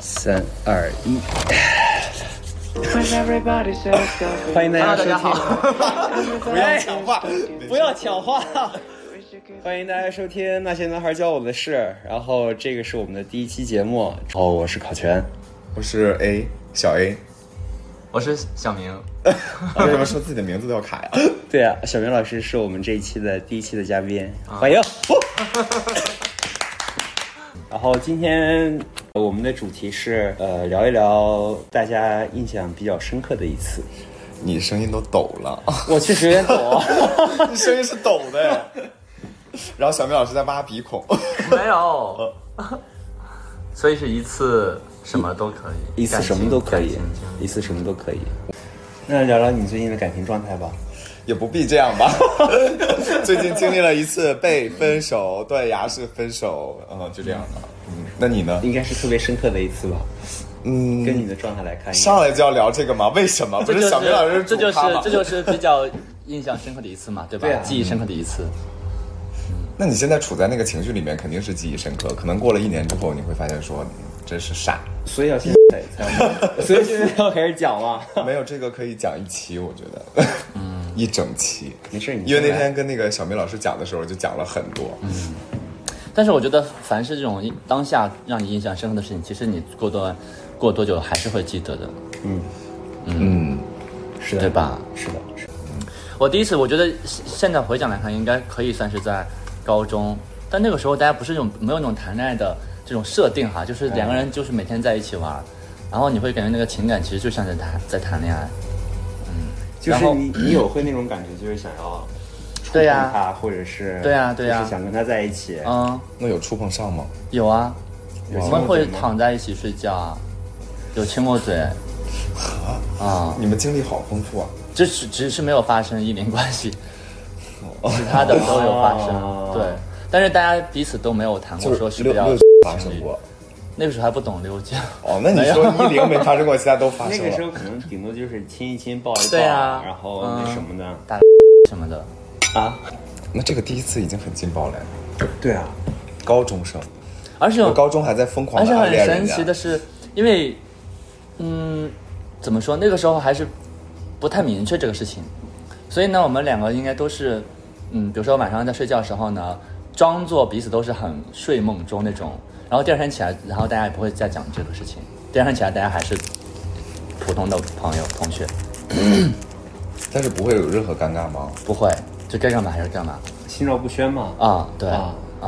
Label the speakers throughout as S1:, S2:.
S1: 三二一，
S2: When everybody says go,
S1: 欢迎啊大家收听，
S3: 不要抢话，
S1: 不要抢话。
S2: we should give
S1: 欢迎大家收听《那些男孩教我的事》，然后这个是我们的第一期节目。哦，我是考全，
S3: 我是 A 小 A，
S4: 我是小明，
S3: 为什么说自己的名字都要卡呀？
S1: 对啊，小明老师是我们这一期的第一期的嘉宾，欢迎。哦 然后今天呃我们的主题是呃聊一聊大家印象比较深刻的一次。
S3: 你声音都抖了，
S1: 我确实有哦点 抖，
S3: 你声音是抖的呀。 然后小明老师在挖鼻孔，
S4: 没有，所以是一次什么都可以，
S1: 一次什么都可以
S4: 感情经，历
S1: 一次什么都可以。那聊聊你最近的感情状态吧。
S3: 也不必这样吧。 最近经历了一次被分手，断崖式分手，嗯，就这样的。嗯，那你呢？
S1: 应该是特别深刻的一次吧。
S3: 嗯，
S1: 跟你的状态来看，
S3: 上来就要聊这个吗？为什么？
S4: 这
S3: 不
S4: 就是
S3: 小明老师
S4: 这就
S3: 主
S4: 是
S3: 咖吗
S4: 这就是比较印象深刻的一次嘛，对吧？
S1: 对啊
S4: 记忆深刻的一次，
S3: 那你现在处在那个情绪里面，肯定是记忆深刻。可能过了一年之后，你会发现说，嗯真是傻。
S1: 所以要现在才才， 所以现在要开始讲嘛。
S3: 没有这个可以讲一期，我觉得，嗯， 一整期。
S1: 没事，你
S3: 因为
S1: 先
S3: 那
S1: 来
S3: 天跟那个小明老师讲的时候，就讲了很多。
S4: 但是我觉得凡是这种印当下让你印象深刻的事情，其实你过多过多久还是会记得的，
S3: 嗯，
S1: 是的，
S4: 对？吧？
S1: 是的，是的
S4: 我第一次，我觉得现现在回想来看，应该可以算是在高中，但那个时候大家不是这种没有那种谈恋爱的这种设定哈，就是两个人就是每天在一起玩，然后你会感觉那个情感其实就像在谈在谈恋爱，
S1: 就
S4: 然
S1: 是
S4: 后
S1: 你你有会那种感觉，就是想要触碰
S4: 对呀
S1: 他，或者是
S4: 对呀对呀
S1: 就是想跟他在一起。
S4: 嗯，
S3: 那有触碰上吗？
S4: 有啊，
S1: 有
S4: 我
S1: 亲
S4: 们
S1: 过
S4: 会
S1: 嘴吗
S4: 躺在一起睡觉啊，有亲过嘴，啊、
S3: 你们经历好丰富啊！
S4: 这只只是没有发生一年关系，其他的都有发
S1: 哦
S4: 生，对，但是大家彼此都没有谈
S3: 就
S4: 过说
S3: 是
S4: 是
S3: 六
S4: 不要
S3: 六发生过
S4: 那个时候还不懂溜交。
S3: 哦，那你说一零没发生过，其他都发
S1: 那个
S3: 生
S1: 时
S3: 了。
S1: 候可能顶多就是亲一亲，抱一抱，
S4: 对呀
S1: 然后那
S4: 嗯
S1: 什么的
S4: 什么的，
S1: 啊，
S3: 那这个第一次已经很劲爆了呀，
S1: 对啊，
S3: 高中生，
S4: 而且
S3: 我高中还在疯狂
S4: 嗯而
S3: 的
S4: 且
S3: 暗
S4: 很
S3: 恋人
S4: 神
S3: 家
S4: 奇。的是，因为，嗯，怎么说？那个时候还是嗯不太明确这个事情，所以呢，我们两个应该都是，嗯，比如说晚上在睡觉的时候呢，装作彼此都是很睡梦中那种，然后第二天起来，然后大家也不会再讲这个事情。第二天起来，大家还是普通的朋友、同学，
S3: 但是不会有任何尴尬吗？
S4: 不会就该干嘛还是干嘛
S1: 心照不宣嘛。
S4: 啊？对
S1: 啊
S4: 啊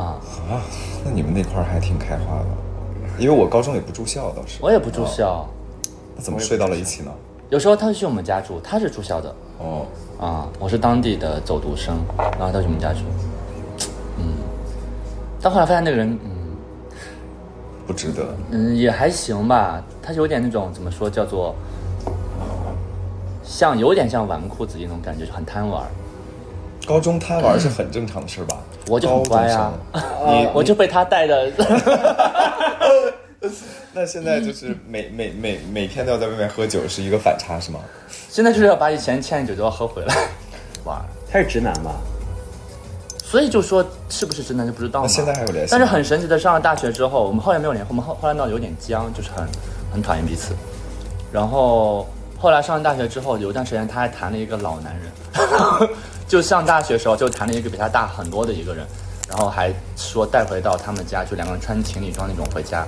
S3: 啊，那你们那块儿还挺开化的，因为我高中也不住校，倒是
S4: 我也不住校，
S3: 那怎么睡到了一起呢？
S4: 有时候他去我们家住，他是住校的。
S3: 哦，
S4: 啊，我是当地的走读生，然后到我们家住。嗯，但后来发现那个人，嗯
S3: 不值得。
S4: 嗯，也还行吧，他有点那种怎么说，叫做像有点像纨绔子弟那种感觉，就很贪玩儿。
S3: 高中贪玩是很正常的事吧？
S4: 我就很乖啊
S3: 高中生，你
S4: 我就被他带着，
S3: 那现在就是每每每每天都要在外面喝酒，是一个反差是吗？
S4: 现在就是要把以前欠的酒都要喝回来玩儿。
S1: 他是直男吧？
S4: 所以就说是不是直男就不知道
S3: 那
S4: 嘛。
S3: 现在还有联系吗
S4: 但是很神奇的，上了大学之后，我们后来没有联系，我们后后来闹得有点僵，就是很很讨厌彼此。然后后来上了大学之后，有一段时间他还谈了一个老男人， 就上大学时候就谈了一个比他大很多的一个人，然后还说带回到他们家，就两个人穿情侣装那种回家。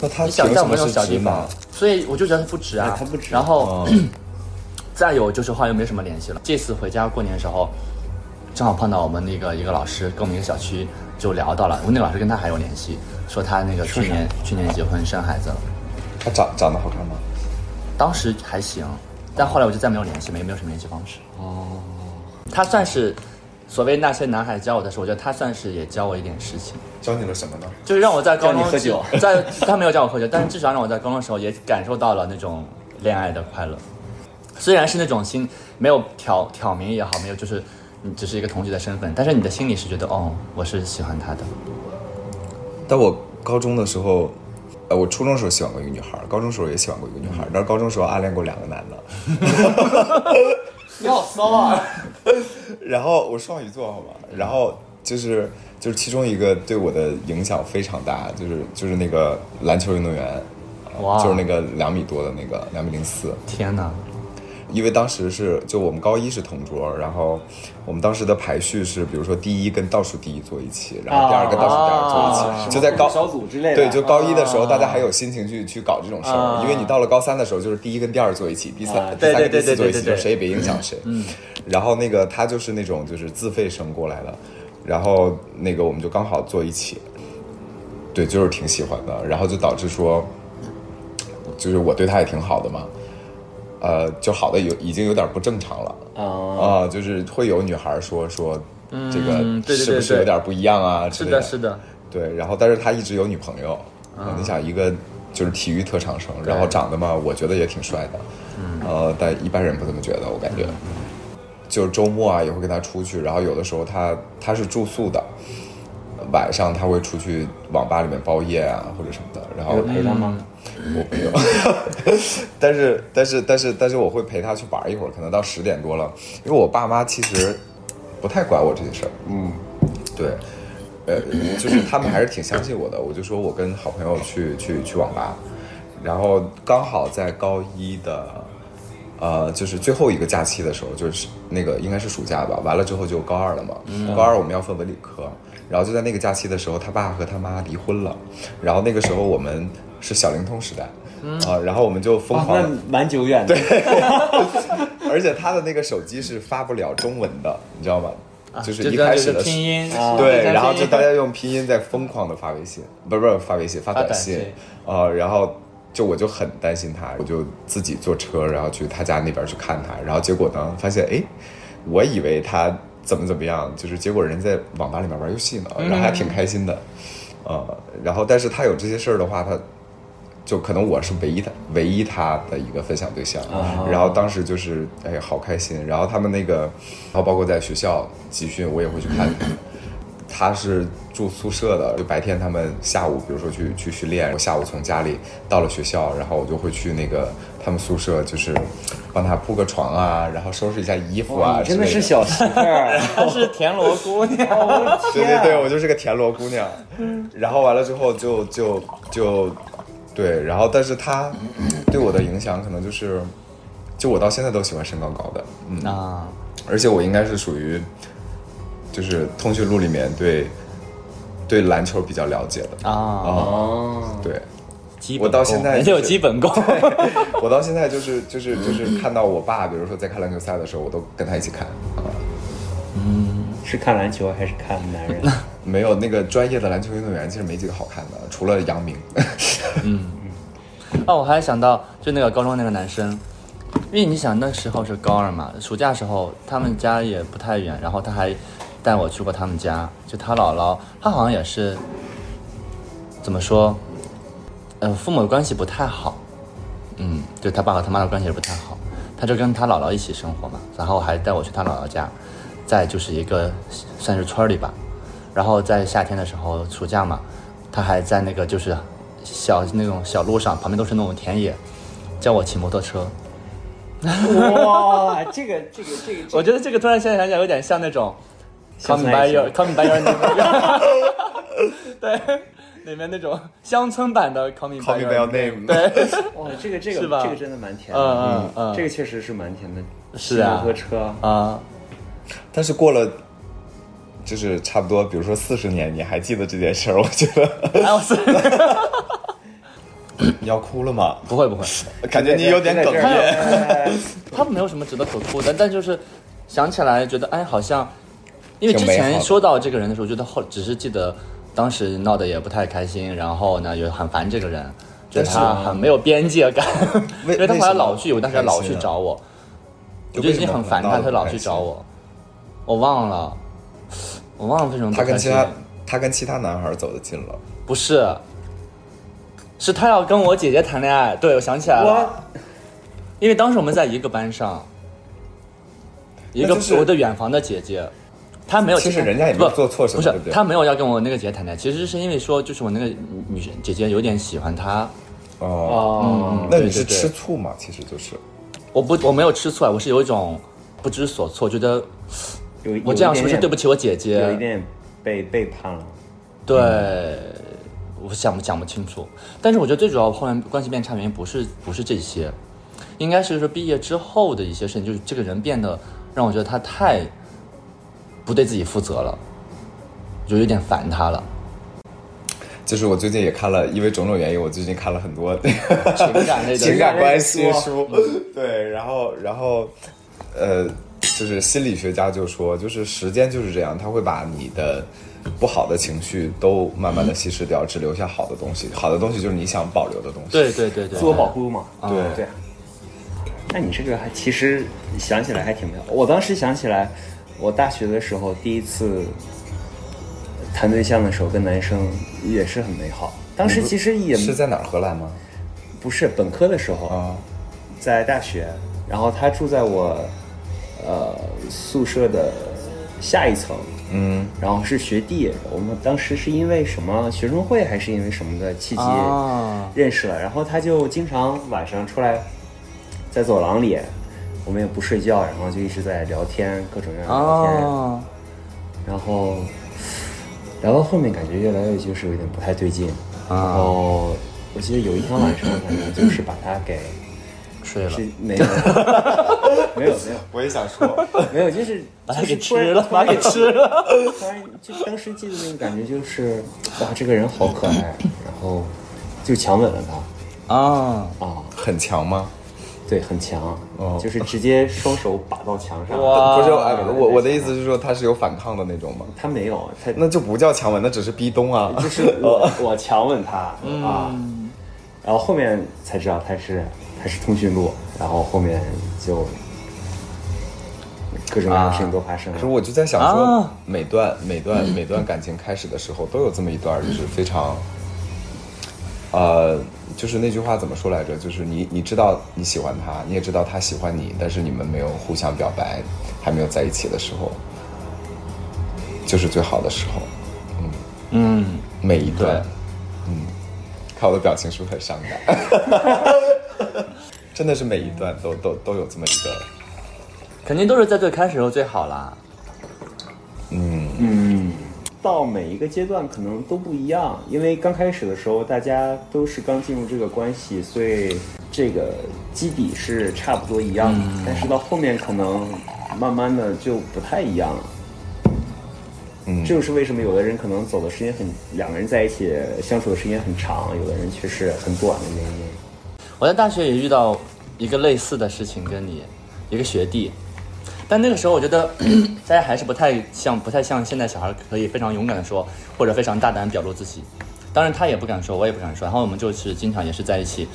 S3: 那他
S4: 你
S3: 凭
S4: 想在
S3: 什
S4: 我们
S3: 么
S4: 这种
S3: 是
S4: 小
S3: 直
S4: 地
S3: 男
S4: 方？，所以我就觉得他不值啊，
S1: 对他不值
S4: 然后
S3: 哦，
S4: 再有就是后来又没什么联系了。这次回家过年的时候，正好碰到我们那个一个老师，跟我们一个小区就聊到了。我们那个老师跟他还有联系，说他那个去年去年结婚生孩子了，
S3: 他长长得好看吗？
S4: 当时还行，但后来我就再没有联系，没没有什么联系方式。哦，他算是所谓那些男孩教我的事，我觉得他算是也教我一点事情。
S3: 教你了什么呢？
S4: 就是让我在高中
S1: 叫你喝酒，
S4: 在他没有叫我喝酒，但是至少让我在高中的时候也感受到了那种恋爱的快乐。虽然是那种心没有挑挑明也好，没有就是你只是一个同学的身份，但是你的心里是觉得哦，我是喜欢他的。
S3: 但我高中的时候，呃，我初中的时候喜欢过一个女孩，高中时候也喜欢过一个女孩，但是高中时候暗恋过两个男的。
S4: 你好骚啊！
S3: 然后我双鱼座好吧，然后就是就是其中一个对我的影响非常大，就是就是那个篮球运动员，
S4: 哇
S3: 就是那个两米多的那个两米零四，
S4: 天哪，
S3: 因为当时是就我们高一是同桌，然后我们当时的排序是，比如说第一跟倒数第一坐一起，然
S1: 啊
S3: 后第二跟倒数第二坐一起，
S4: 啊
S3: 就在高
S1: 小组之类的
S3: 对，就高一的时候
S4: 啊
S3: 大家还有心情去去搞这种事儿，
S4: 啊
S3: 因为你到了高三的时候就是第一跟第二坐一起，第三、
S1: 啊
S3: 第
S4: 对
S3: 三跟第
S4: 对
S3: 四
S4: 对对
S3: 坐一起，
S4: 对对对
S3: 就谁也别影响谁。嗯，然后那个他就是那种就是自费生过来的，然后那个我们就刚好坐一起，对，就是挺喜欢的，然后就导致说，就是我对他也挺好的嘛。呃，就好的有已经有点不正常了，
S1: 啊，
S3: 啊，就是会有女孩说说这
S4: 嗯
S3: 个
S4: 对对
S3: 是不
S4: 对
S3: 是有
S4: 对
S3: 点不一样啊之
S4: 是
S3: 类的，
S4: 的，是的，
S3: 对。然后，但是他一直有女朋友，
S1: 嗯
S3: 啊，你想一个就是体育特长生，然后长得嘛，我觉得也挺帅的，
S1: 嗯
S3: 呃，但一般人不这么觉得，我感觉。就是周末啊，也会跟他出去，然后有的时候他他是住宿的，晚上他会出去网吧里面包夜啊或者什么的，然后
S1: 有陪他吗？
S3: 我没有， 但是但是但是但是我会陪他去玩一会儿，可能到十点多了，因为我爸妈其实不太管我这些事儿，嗯，对，呃，就是他们还是挺相信我的，我就说我跟好朋友去去去网吧，然后刚好在高一的。呃，就是最后一个假期的时候，就是那个应该是暑假吧，完了之后就高二了嘛。高二我们要分文理科，然后就在那个假期的时候，他爸和他妈离婚了，然后那个时候我们是小灵通时代，啊、然后我们就疯
S1: 哇，
S3: 狂
S1: 啊那
S3: 地，
S1: 蛮久远的。对，
S3: 而且他的那个手机是发不了中文的，你知道吗？
S4: 啊
S3: 就是一开始的
S4: 就是拼音，
S1: 啊
S3: 对，
S4: 就是
S3: 然后
S4: 拼
S3: 就
S4: 音
S3: 大家用拼音在疯狂的发微信，不是不是发微信发
S4: 发
S3: 短
S4: 短
S3: 信
S4: 信，
S3: 呃，然后就我就很担心他，我就自己坐车，然后去他家那边去看他，然后结果呢，发现哎，我以为他怎么怎么样，就是结果人在网吧里面玩游戏呢，然后还挺开心的，呃，然后但是他有这些事儿的话，他就可能我是唯一的唯一他的一个分享对象，
S1: 啊
S3: 然后当时就是哎好开心，然后他们那个，然后包括在学校集训，我也会去看他。他是住宿舍的，就白天他们下午，比如说去去训练，我下午从家里到了学校，然后我就会去那个他们宿舍，就是帮他铺个床啊，然后收拾一下衣服啊
S1: 你
S3: 之类
S1: 真
S3: 的，
S1: 的是小媳妇儿。哦啊
S4: 她是田螺姑娘，
S3: 对对对，我就是个田螺姑娘。然后完了之后就就就，对，然后但是她对我的影响可能就是，就我到现在都喜欢身高高的，嗯，
S4: 啊，
S3: 而且我应该是属于，就是通讯录里面对对篮球比较了解的
S4: 啊，
S1: 哦，
S3: 对
S4: 基
S3: 我到现在
S4: 人
S3: 就
S4: 家有
S3: 是
S4: 基本功，
S3: 我到现在就是就是就是看到我爸，比如说在看篮球赛的时候，我都跟他一起看啊。
S1: 是看篮球还是看男人？
S3: 没有那个专业的篮球运动员，其实没几个好看的，除了杨明。
S4: 哦，我还想到就那个高中那个男生，因为你想那时候是高二嘛，暑假时候他们家也不太远，然后他还带我去过他们家，就他姥姥，他好像也是怎么说，呃，父母关系不太好，嗯，就他爸和他妈的关系也不太好，他就跟他姥姥一起生活嘛，然后还带我去他姥姥家，在就是一个算是村儿里吧，然后在夏天的时候，暑假嘛，他还在那个就是小那种小路上，旁边都是那种田野，教我骑摩托车。
S1: 哇，这个这个这个，
S4: 我觉得这个突然现在想想有点像那种《
S1: 乡
S4: Come
S1: 村
S4: by
S1: 爱
S4: your
S1: 情
S4: Come by your name，对， 里面那种乡村版的 Come by
S3: Call me by your
S4: your
S3: name
S4: 对，
S1: 哇，这个这个
S4: 是吧
S1: 这个真的蛮甜的，
S4: 嗯嗯嗯
S1: 这个确实是蛮甜的。
S4: 是啊
S1: 骑摩托车，
S4: 啊，
S3: 但是过了，就是差不多，比如说四十年，你还记得这件事儿，我觉 得
S4: 哎，我是
S3: 你要哭了吗？
S4: 不会不会，
S3: 感觉你有点
S1: 在
S3: 哽
S1: 这
S3: 咽。
S1: 儿。
S4: 他没有什么值得可哭的，但就是想起来觉得，哎，好像因为之
S3: 挺美好的
S4: 前说到这个人的时候，觉得后只是记得当时闹得也不太开心，然后呢也很烦这个人，觉得
S3: 但是
S4: 他很没有边界感，
S3: 为
S4: 因为他
S3: 为
S4: 后来
S3: 什么
S4: 老去，我当时还老去找我，我
S3: 就
S4: 就已
S3: 为什么
S4: 经很烦
S3: 闹
S4: 他，
S3: 得
S4: 他
S3: 不
S4: 老
S3: 开
S4: 去
S3: 心
S4: 找我，我忘了，我忘了为什么不
S3: 他跟
S4: 开
S3: 其
S4: 心
S3: 他他跟其他男孩走得近了，
S4: 不是。是他要跟我姐姐谈恋爱，对我想起来了，
S1: 我
S4: 因为当时我们在一个班上，一个、
S3: 就是
S4: 我的远房的姐姐，她没有，
S3: 其实人家也没有
S4: 不
S3: 做错什么
S4: 不是
S3: 对不对
S4: 她没有要跟我那个姐姐谈恋爱，其实是因为说就是我那个女女生姐姐有点喜欢她，
S3: 哦，
S1: 哦，
S3: 那你是
S4: 对对对
S3: 吃醋吗？其实就是，
S4: 我不我没有吃醋啊，我是有一种不知所措，觉得
S1: 有
S4: 我这样是不是对不
S1: 起？
S4: 起我姐
S1: 有一
S4: 姐？嗯
S1: 点被背叛了。
S4: 对，我想不讲不清楚。但是我觉得最主要后面关系变差原因不是不是这些，应该是说毕业之后的一些事情，就是这个人变得让我觉得他太不对自己负责了，就有点烦他了。
S3: 就是我最近也看了，因为种种原因，我最近看了很多
S4: 情感类的
S3: 情感嗯关系
S1: 书
S3: 书， 对，然后然后呃，就是心理学家就说，就是时间就是这样，它会把你的不好的情绪都慢慢的稀释掉，只留下好的东西。好的东西就是你想保留的东 西。
S4: 对对对对，
S1: 自我保护嘛。
S4: 啊
S3: 对
S1: 对啊。那你这个还其实想起来还挺美好。我当时想起来，我大学的时候第一次谈对象的时候，跟男生也是很美好。当时其实也
S3: 是在哪儿？荷兰吗？
S1: 不是本科的时候，
S3: 啊，
S1: 在大学，然后他住在我呃宿舍的下一层，
S3: 嗯，
S1: 然后是学弟。我们当时是因为什么学生会还是因为什么的契机
S4: 啊
S1: 认识了，然后他就经常晚上出来在走廊里，我们也不睡觉，然后就一直在聊天，各种各样的聊天，
S4: 啊，
S1: 然后聊到后面感觉越来越就是有点不太对劲，
S4: 啊
S1: 然后我记得有一天晚上，反正就是把他给。
S4: 睡了
S1: 是。没 有，没有，没有，
S3: 我也想说，
S1: 没有，就是
S4: 把它
S1: 就是
S4: 给
S1: 突然
S4: 吃了，
S1: 突
S4: 把
S1: 然
S4: 它给吃了。
S1: 突然就当时记得那个感觉就是，哇，这个人好可爱，然后就强吻了他
S4: 啊，
S1: 啊，
S3: 很强吗？
S1: 对，很强，
S3: 哦
S1: 就是直接双手把到墙上，
S4: 哇啊
S3: 不是，哎我我的意思是说，他是有反抗的那种吗？
S1: 他没有，他
S3: 那就不叫强吻，那只是逼 咚啊。
S1: 就是
S4: 哦
S1: 我我强吻他
S4: 嗯
S1: 啊，然后后面才知道他是他是通讯录，然后后面就各种各样的事情都发生
S3: 可
S1: 了
S3: 是，我就在想说
S4: 啊，嗯
S3: 每段每段每段感情开始的时候，都有这么一段，就是非常，呃，就是那句话怎么说来着？就是你你知道你喜欢他，你也知道他喜欢你，但是你们没有互相表白，还没有在一起的时候，就是最好的时候。
S4: 嗯，
S3: 每一段
S4: 对，
S3: 嗯，看我的表情是不是很伤感？ 真的是每一段都都都有这么一个，
S4: 肯定都是在最开始的时候最好啦。
S3: 嗯，
S1: 嗯，到每一个阶段可能都不一样，因为刚开始的时候大家都是刚进入这个关系，所以这个基底是差不多一样的。但是到后面可能慢慢的就不太一样了。
S3: 嗯
S1: 这就是为什么有的人可能走的时间很，两个人在一起相处的时间很长，有的人却是很短的原因。
S4: 我在大学也遇到一个类似的事情，跟你一个学弟，但那个时候我觉得 大家还是不太像，不太像现在小孩可以非常勇敢的说，或者非常大胆地表露自己。当然他也不敢说，我也不敢说，然后我们就是经常也是在一起，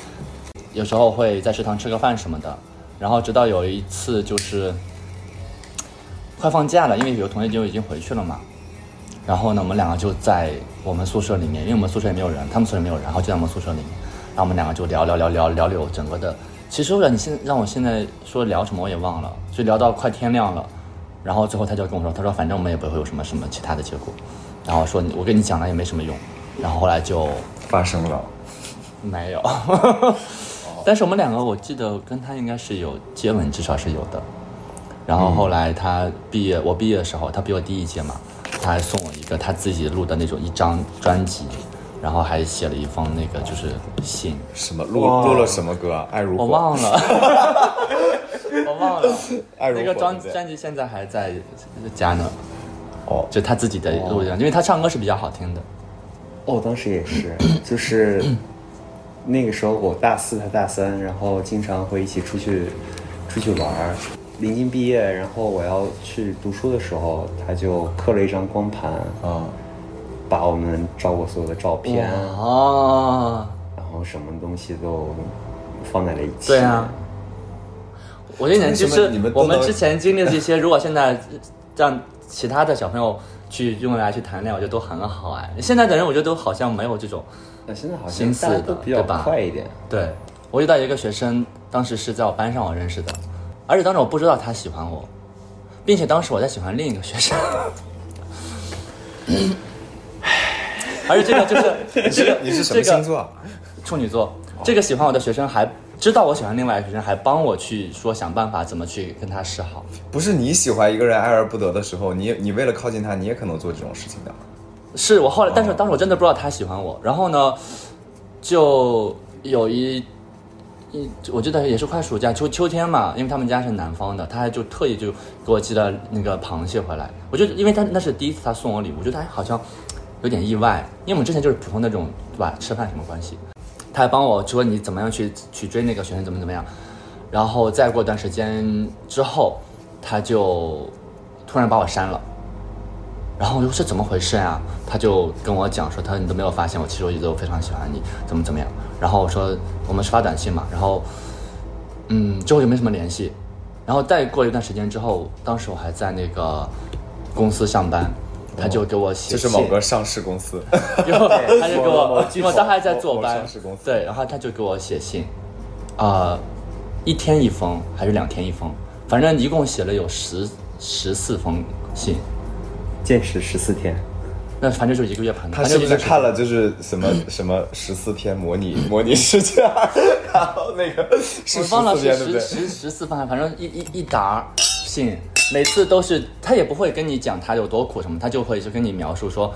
S4: 有时候会在食堂吃个饭什么的。然后直到有一次就是快放假了，因为有同学就已经回去了嘛，然后呢，我们两个就在我们宿舍里面，因为我们宿舍也没有人，他们宿舍也没有人，然后就在我们宿舍里面，然后我们两个就聊聊聊聊聊聊整个的。其实让你现让我现在说聊什么我也忘了，就聊到快天亮了，然后最后他就跟我说，他说反正我们也不会有什么什么其他的结果，然后说你我跟你讲了也没什么用，然后后来就
S3: 发生了，
S4: 没有。哦但是我们两个，我记得跟他应该是有接吻，至少是有的。然后后来他毕业，我毕业的时候，他比我低一届嘛，他还送我一个他自己录的那种一张专辑，然后还写了一封那个就是信，
S3: 什么录录了什么歌？啊爱如火，
S4: 我忘了，我忘了。
S3: 爱如火
S4: 那个专
S3: 对不对
S4: 专辑现在还在家呢，
S3: 哦，
S4: 就他自己的录的，因为他唱歌是比较好听的。
S1: 哦，当时也是， 就是那个时候我大四，他大三，然后经常会一起出去出去玩儿。临近毕业，然后我要去读书的时候，他就刻了一张光盘，
S3: 啊，
S1: 把我们照过所有的照片，
S4: 啊哦。
S1: 然后什么东西都放在了一起。
S4: 对啊，，我跟你讲，就
S3: 为什么
S4: 是
S3: 你们都
S4: 我们
S3: 能
S4: 之前经历的这些，如果现在让其他的小朋友去用来去谈恋爱，我觉得都很好哎。现在的人，我觉得都好像没有这种。
S1: 那现在好像
S4: 心思
S1: 大
S4: 的
S1: 家都比较
S4: 对吧
S1: 快一点。
S4: 对我遇到一个学生，当时是在我班上我认识的，而且当时我不知道他喜欢我，并且当时我在喜欢另一个学生。 而且这个就是 这个
S3: 你是什么
S4: 这个
S3: 星座？啊
S4: 处女座，这个喜欢我的学生还知道我喜欢另外一个学生，还帮我去说想办法怎么去跟他示好。
S3: 不是你喜欢一个人爱而不得的时候，你你为了靠近他，你也可能做这种事情的。
S4: 是我后来，但是当时我真的不知道他喜欢我。然后呢，就有一一，我记得也是快暑假秋秋天嘛，因为他们家是南方的，他还就特意就给我寄了那个螃蟹回来。我就因为他那是第一次他送我礼物，我觉得他好像有点意外，因为我们之前就是普通那种对吧，吃饭什么关系。他还帮我说你怎么样去去追那个学生，怎么怎么样。然后再过段时间之后，他就突然把我删了。然后我就说这怎么回事啊？他就跟我讲说，他说你都没有发现我，其实我一直都非常喜欢你，怎么怎么样？然后我说我们是发短信嘛，然后嗯，之后就没什么联系。然后再过一段时间之后，当时我还在那个公司上班，他就给我写
S3: 就是
S4: 信
S3: 某个上市 公司，
S4: 然后他就给我，因为我当时还在
S3: 某
S4: 坐
S3: 某
S4: 班
S3: 上市公，司
S4: 对，然后他就给我写信，啊、一天一封还是两天一封，反正一共写了有十十四封信，
S1: 坚持十四天，
S4: 那反正就一个月盘，
S3: 他
S4: 反
S3: 是
S4: 正
S3: 不
S4: 就是一个
S3: 看了就是什么 什么十四篇模拟模拟试卷， 然后那个是
S4: 我
S3: 十
S4: 忘了
S3: 四
S4: 是
S3: 篇对
S4: 十
S3: 不对？
S4: 十十四份，反正一一一沓信，每次都是他也不会跟你讲他有多苦什么，他就会就跟你描述说。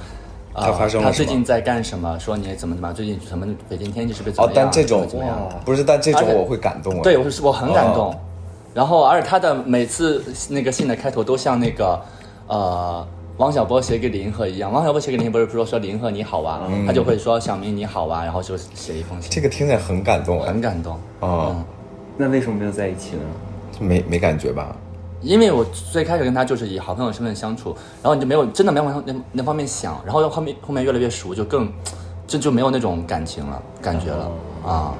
S4: 呃
S3: 他发生了
S4: 他
S3: 什
S4: 最
S3: 么
S4: 近在干什么？说你怎么怎么样，最近什么北京天气是不是怎
S3: 哦
S4: 么，样？
S3: 但这种
S4: 啊
S3: 哦
S4: 怎么样？
S3: 不是，但这
S4: 而
S3: 种
S4: 且
S3: 我会感动啊。
S4: 对，我是我很感动。
S3: 哦
S4: 然后，而且他的每次那个信的开头都像那个呃王小波写给林鹤一样，王小波写给林鹤不是说说林鹤你好啊，他就会说小明你好啊，然后就写一封信，
S3: 嗯这个听起来很感动啊
S4: 很感动。
S3: 哦，
S1: 那为什么没有在一起呢？
S3: 没没感觉吧？
S4: 因为我最开始跟他就是以好朋友身份相处，然后你就没有真的没有往那那方面想，然后到后面后面越来越熟，就更这就没有那种感情了，感觉了啊、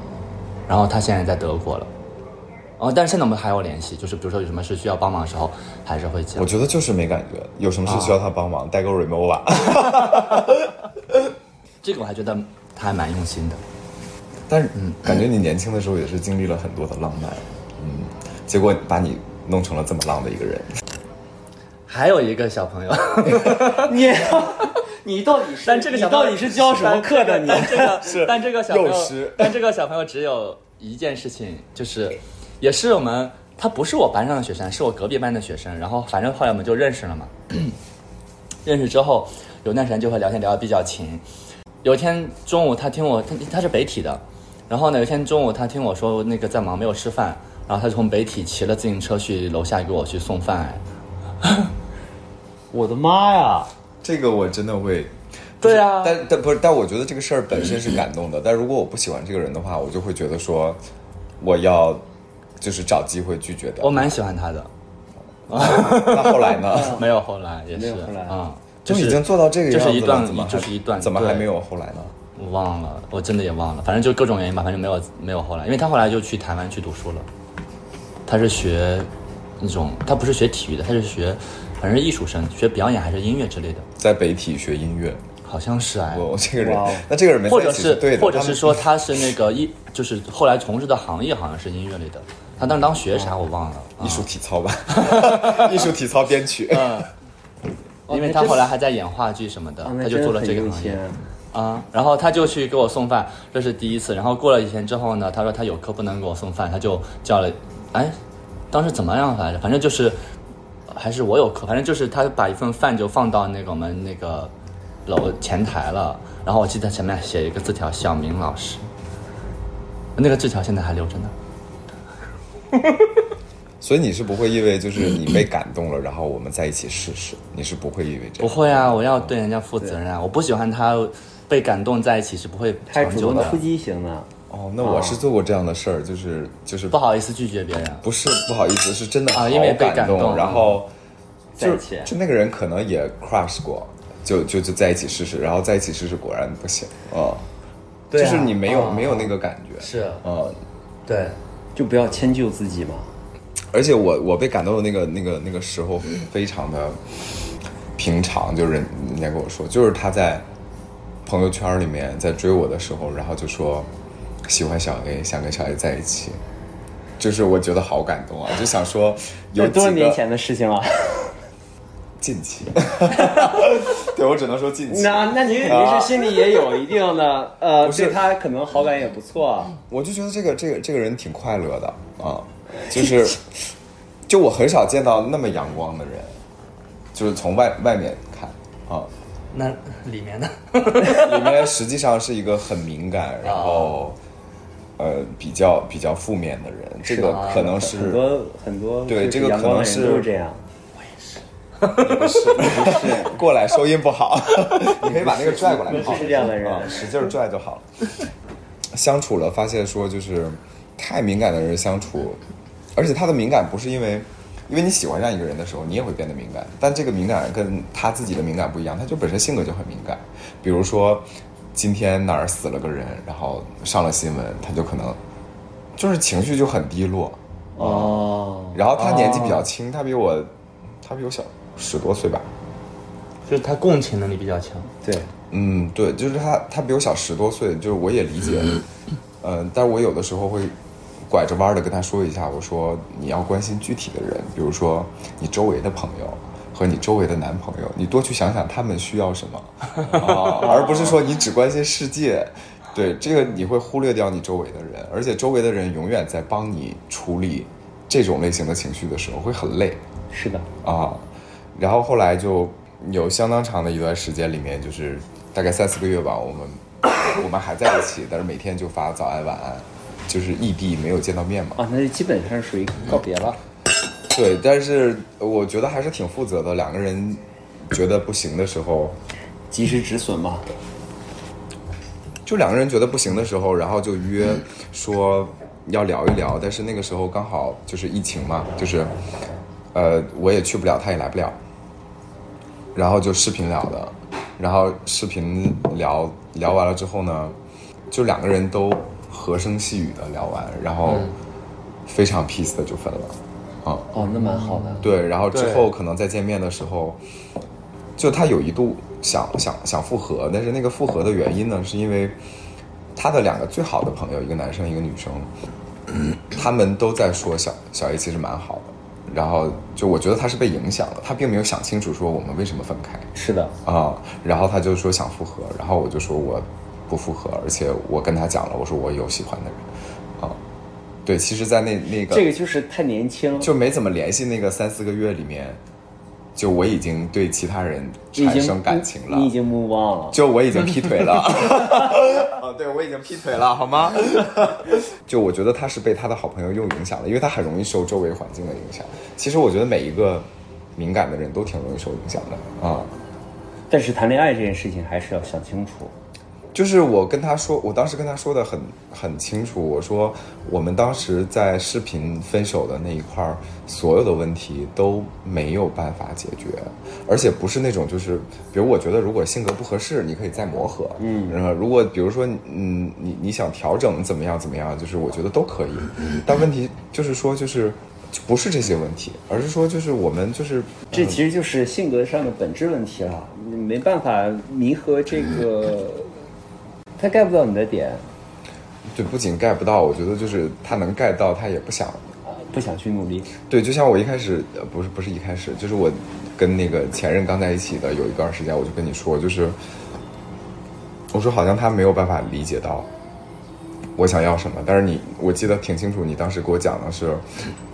S4: 然后他现在在德国了，哦，但是现在我们还有联系，就是比如说有什么事需要帮忙的时候，还是会讲
S3: 我。觉得就是没感觉，有什么事需要他帮
S4: 啊
S3: 忙，代购 Remova。
S4: 这个我还觉得他还蛮用心的。
S3: 但是嗯感觉你年轻的时候也是经历了很多的浪漫，嗯，结果把你弄成了这么浪的一个人。
S4: 还有一个小朋友，
S1: 你，你到底是
S4: 但这个小
S1: 你
S4: 朋友
S1: 到底是教什么课的？你
S4: 但 这个但这个小朋
S3: 幼
S4: 友
S3: 师，
S4: 但这个小朋友只有一件事情，就是也是我们，他不是我班上的学生，是我隔壁班的学生。然后反正后来我们就认识了嘛， 认识之后有段时间就会聊天聊得比较勤。有一天中午，他听我，他他是北体的，然后呢，有一天中午他听我说那个在忙没有吃饭，然后他就从北体骑了自行车去楼下给我去送饭。哎
S1: 我的妈呀！
S3: 这个我真的会。
S4: 对啊
S3: 不是但但不是，但我觉得这个事儿本身是感动的。但如果我不喜欢这个人的话，我就会觉得说，我要就是找机会拒绝掉
S4: 我。蛮喜欢他的，
S3: 那后来 呢？
S4: 没有后来也是
S1: 没有后来
S4: 啊，
S3: 就是已经做到这个
S4: 就
S3: 样
S4: 是一
S3: 子了，
S4: 段
S3: 怎么还
S4: 就是一段
S3: 怎么还
S4: 对
S3: 没有后来呢？
S4: 我忘了，我真的也忘了，反正就各种原因吧，反正没有没有后来，因为他后来就去台湾去读书了，他是学那种他不是学体育的，他是学反正是艺术生，学表演还是音乐之类的，
S3: 在北体学音乐，
S4: 好像是哎，
S3: 我这个人
S1: 哇哦，
S3: 那这个人没
S4: 或
S3: 在
S4: 者
S3: 一起是
S4: 是
S3: 对的，
S4: 或者
S3: 他们
S4: 是说他是那个艺，就是后来从事的行业好像是音乐类的，他当时当学啥我忘了，啊
S3: 艺术体操吧， 艺术体操编曲。
S4: 因为他后来还在演话剧什么的，
S1: 啊
S4: 他就做了这个。
S1: 那真的很
S4: 行
S1: 用心
S4: 业。
S1: 啊
S4: 啊，然后他就去给我送饭，这是第一次。然后过了几天之后呢，他说他有课不能给我送饭，他就叫了，哎，当时怎么样来着？反正就是还是我有课，反正就是他把一份饭就放到那个我们那个楼前台了。然后我记得前面写一个字条“小明老师”，那个字条现在还留着呢。
S3: 所以你是不会因为就是你被感动了，然后我们在一起试试，你是不会因为这
S4: 不
S3: 样。
S4: 会啊，我要对人家负责任啊！我不喜欢他被感动在一起是不会
S1: 太
S4: 长
S1: 主
S4: 久
S1: 动
S4: 的。
S1: 出击型了，
S3: 哦，那我是做过这样的事儿，就是就是
S4: 不好意思拒绝别人，
S3: 不是不好意思，是真的
S4: 啊
S3: 好
S4: 因为被感
S3: 感
S4: 动
S3: 然后
S1: 在
S3: 就
S1: 一起
S3: 就那个人可能也 crush 过，就就就在一起试试，然后在一起试试果然不行，嗯，
S4: 对啊
S3: 就是你没有
S4: 嗯
S3: 没有那个感觉，
S4: 是
S3: 嗯，
S4: 对，
S1: 就不要迁就自己嘛。
S3: 而且我我被感动的那个那个那个时候非常的平常，就是人人家跟我说，就是他在朋友圈里面在追我的时候，然后就说喜欢小 A，想跟小 A 在一起，就是我觉得好感动啊，就想说有
S1: 这
S3: 几
S1: 多少年
S3: 个
S1: 前的事情了？
S3: 近期，对我只能说近期，
S1: 那那您肯定是心里也有一定的呃，对他可能好感也不错。啊
S3: 我就觉得这个这个这个人挺快乐的啊，就是就我很少见到那么阳光的人，就是从外外面看啊，
S5: 那里面呢？
S3: 里面实际上是一个很敏感，然后呃比较比较负面的人，啊这个可能是
S1: 很多很多
S3: 对
S1: 就是
S3: 这个
S1: 阳光的
S3: 可能
S1: 人
S3: 是
S1: 都是这样。
S3: 不是不 是过来收音不好， 你可以把那个拽过来
S1: 你
S3: 就好了，
S1: 是这样的人
S3: 啊使劲儿拽就好了。相处了，发现说就是太敏感的人相处，而且他的敏感不是因为。因为你喜欢上一个人的时候，你也会变得敏感，但这个敏感跟他自己的敏感不一样，他就本身性格就很敏感。比如说，今天哪儿死了个人，然后上了新闻，他就可能就是情绪就很低落，
S1: 哦，
S3: 然后他年纪比较轻，他比我，他比我小十多岁吧。
S5: 就是他共情能力比较强，
S1: 对，
S3: 嗯，对，就是他，他比我小十多岁，就是我也理解，嗯，但是我有的时候会拐着弯儿的跟他说一下，我说你要关心具体的人，比如说你周围的朋友和你周围的男朋友，你多去想想他们需要什么，啊，而不是说你只关心世界。对，这个你会忽略掉你周围的人，而且周围的人永远在帮你处理这种类型的情绪的时候会很累。
S1: 是的，
S3: 啊，然后后来就有相当长的一段时间里面，就是大概三四个月吧，我们 我们还在一起，但是每天就发早安晚安，就是异地没有见到面嘛。
S1: 啊，那就基本上属于告别了。
S3: 对，但是我觉得还是挺负责的，两个人觉得不行的时候，
S1: 及时止损嘛，
S3: 就两个人觉得不行的时候，然后就约说要聊一聊，但是那个时候刚好就是疫情嘛，就是呃我也去不了，他也来不了，然后就视频聊的，然后视频聊聊完了之后呢，就两个人都和声细语的聊完，然后非常 peace 的就分了，啊、
S1: 哦，那蛮好的。
S3: 对，然后之
S5: 对
S3: 后可能再见面的时候，就他有一度想想想复合，但是那个复合的原因呢，是因为他的两个最好的朋友，一个男生一个女生，他们都在说小小 A 其实蛮好的，然后就我觉得他是被影响了，他并没有想清楚说我们为什么分开，
S1: 是的，
S3: 啊、然后他就说想复合，然后我就说我不复合，而且我跟他讲了，我说我有喜欢的人，啊、对，其实，在那那个
S1: 这个就是太年轻，
S3: 就没怎么联系那个三四个月里面，就我已经对其他人
S1: 你已
S3: 产
S1: 经
S3: 生感情了
S1: 你，已经 move on 了。
S3: 就我已经劈腿 了。哦，对，我已经劈腿了，好吗？ 就我觉得他是被他的好朋友又影响了，因为他很容易受周围环境的影响。其实我觉得每一个敏感的人都挺容易受影响的啊。
S1: 但是谈恋爱这件事情还是要想清楚。
S3: 嗯就是我跟他说，我当时跟他说的很很清楚，我说我们当时在视频分手的那一块儿，所有的问题都没有办法解决，而且不是那种就是，比如我觉得如果性格不合适，你可以再磨合，嗯，然后如果比如说嗯你你想调整怎么样怎么样，就是我觉得都可以，但问题就是说就是就不是这些问题，而是说就是我们就是
S1: 这其实就是性格上的本质问题了，你没办法弥合这 个，他 get 不到你的点，
S3: 对，不仅 get 不到，我觉得就是他能 get 到，他也不想
S1: 啊不想去努力。
S3: 对，就像我一开始，呃，不是不是一开始，就是我跟那个前任刚在一起的有一段时间，我就跟你说，就是我说好像他没有办法理解到我想要什么，但是你我记得挺清楚，你当时给我讲的是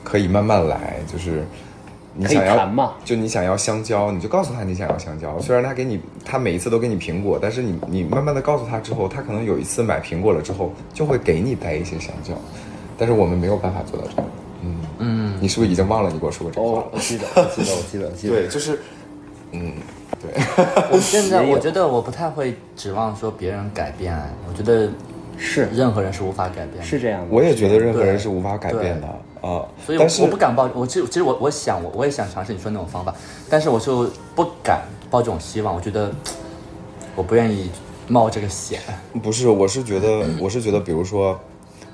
S3: 可以慢慢来，就是你
S1: 可以
S3: 想要
S1: 谈嘛
S3: 就你想要香蕉，你就告诉他你想要香蕉。虽然他给你，他每一次都给你苹果，但是你你慢慢的告诉他之后，他可能有一次买苹果了之后，就会给你带一些香蕉。但是我们没有办法做到这样。嗯嗯，你是不是已经忘了你给我说过这个话
S1: 哦
S3: 了？，
S1: 我记得，我记得，我记得，我记得。
S3: 对，就是，嗯，对，
S4: 我现在
S1: 没有
S4: 我觉得我不太会指望说别人改变，我觉得
S1: 是
S4: 任何人是无法改变的，
S1: 是这样的。
S3: 我也觉得任何人是无法改变的啊。
S4: 所以我
S3: 但是
S4: 我不敢抱，我其实其实我我想我我也想尝试你说那种方法，但是我就不敢抱这种希望，我觉得我不愿意冒这个险。
S3: 不是，我是觉得，我是觉得，比如说，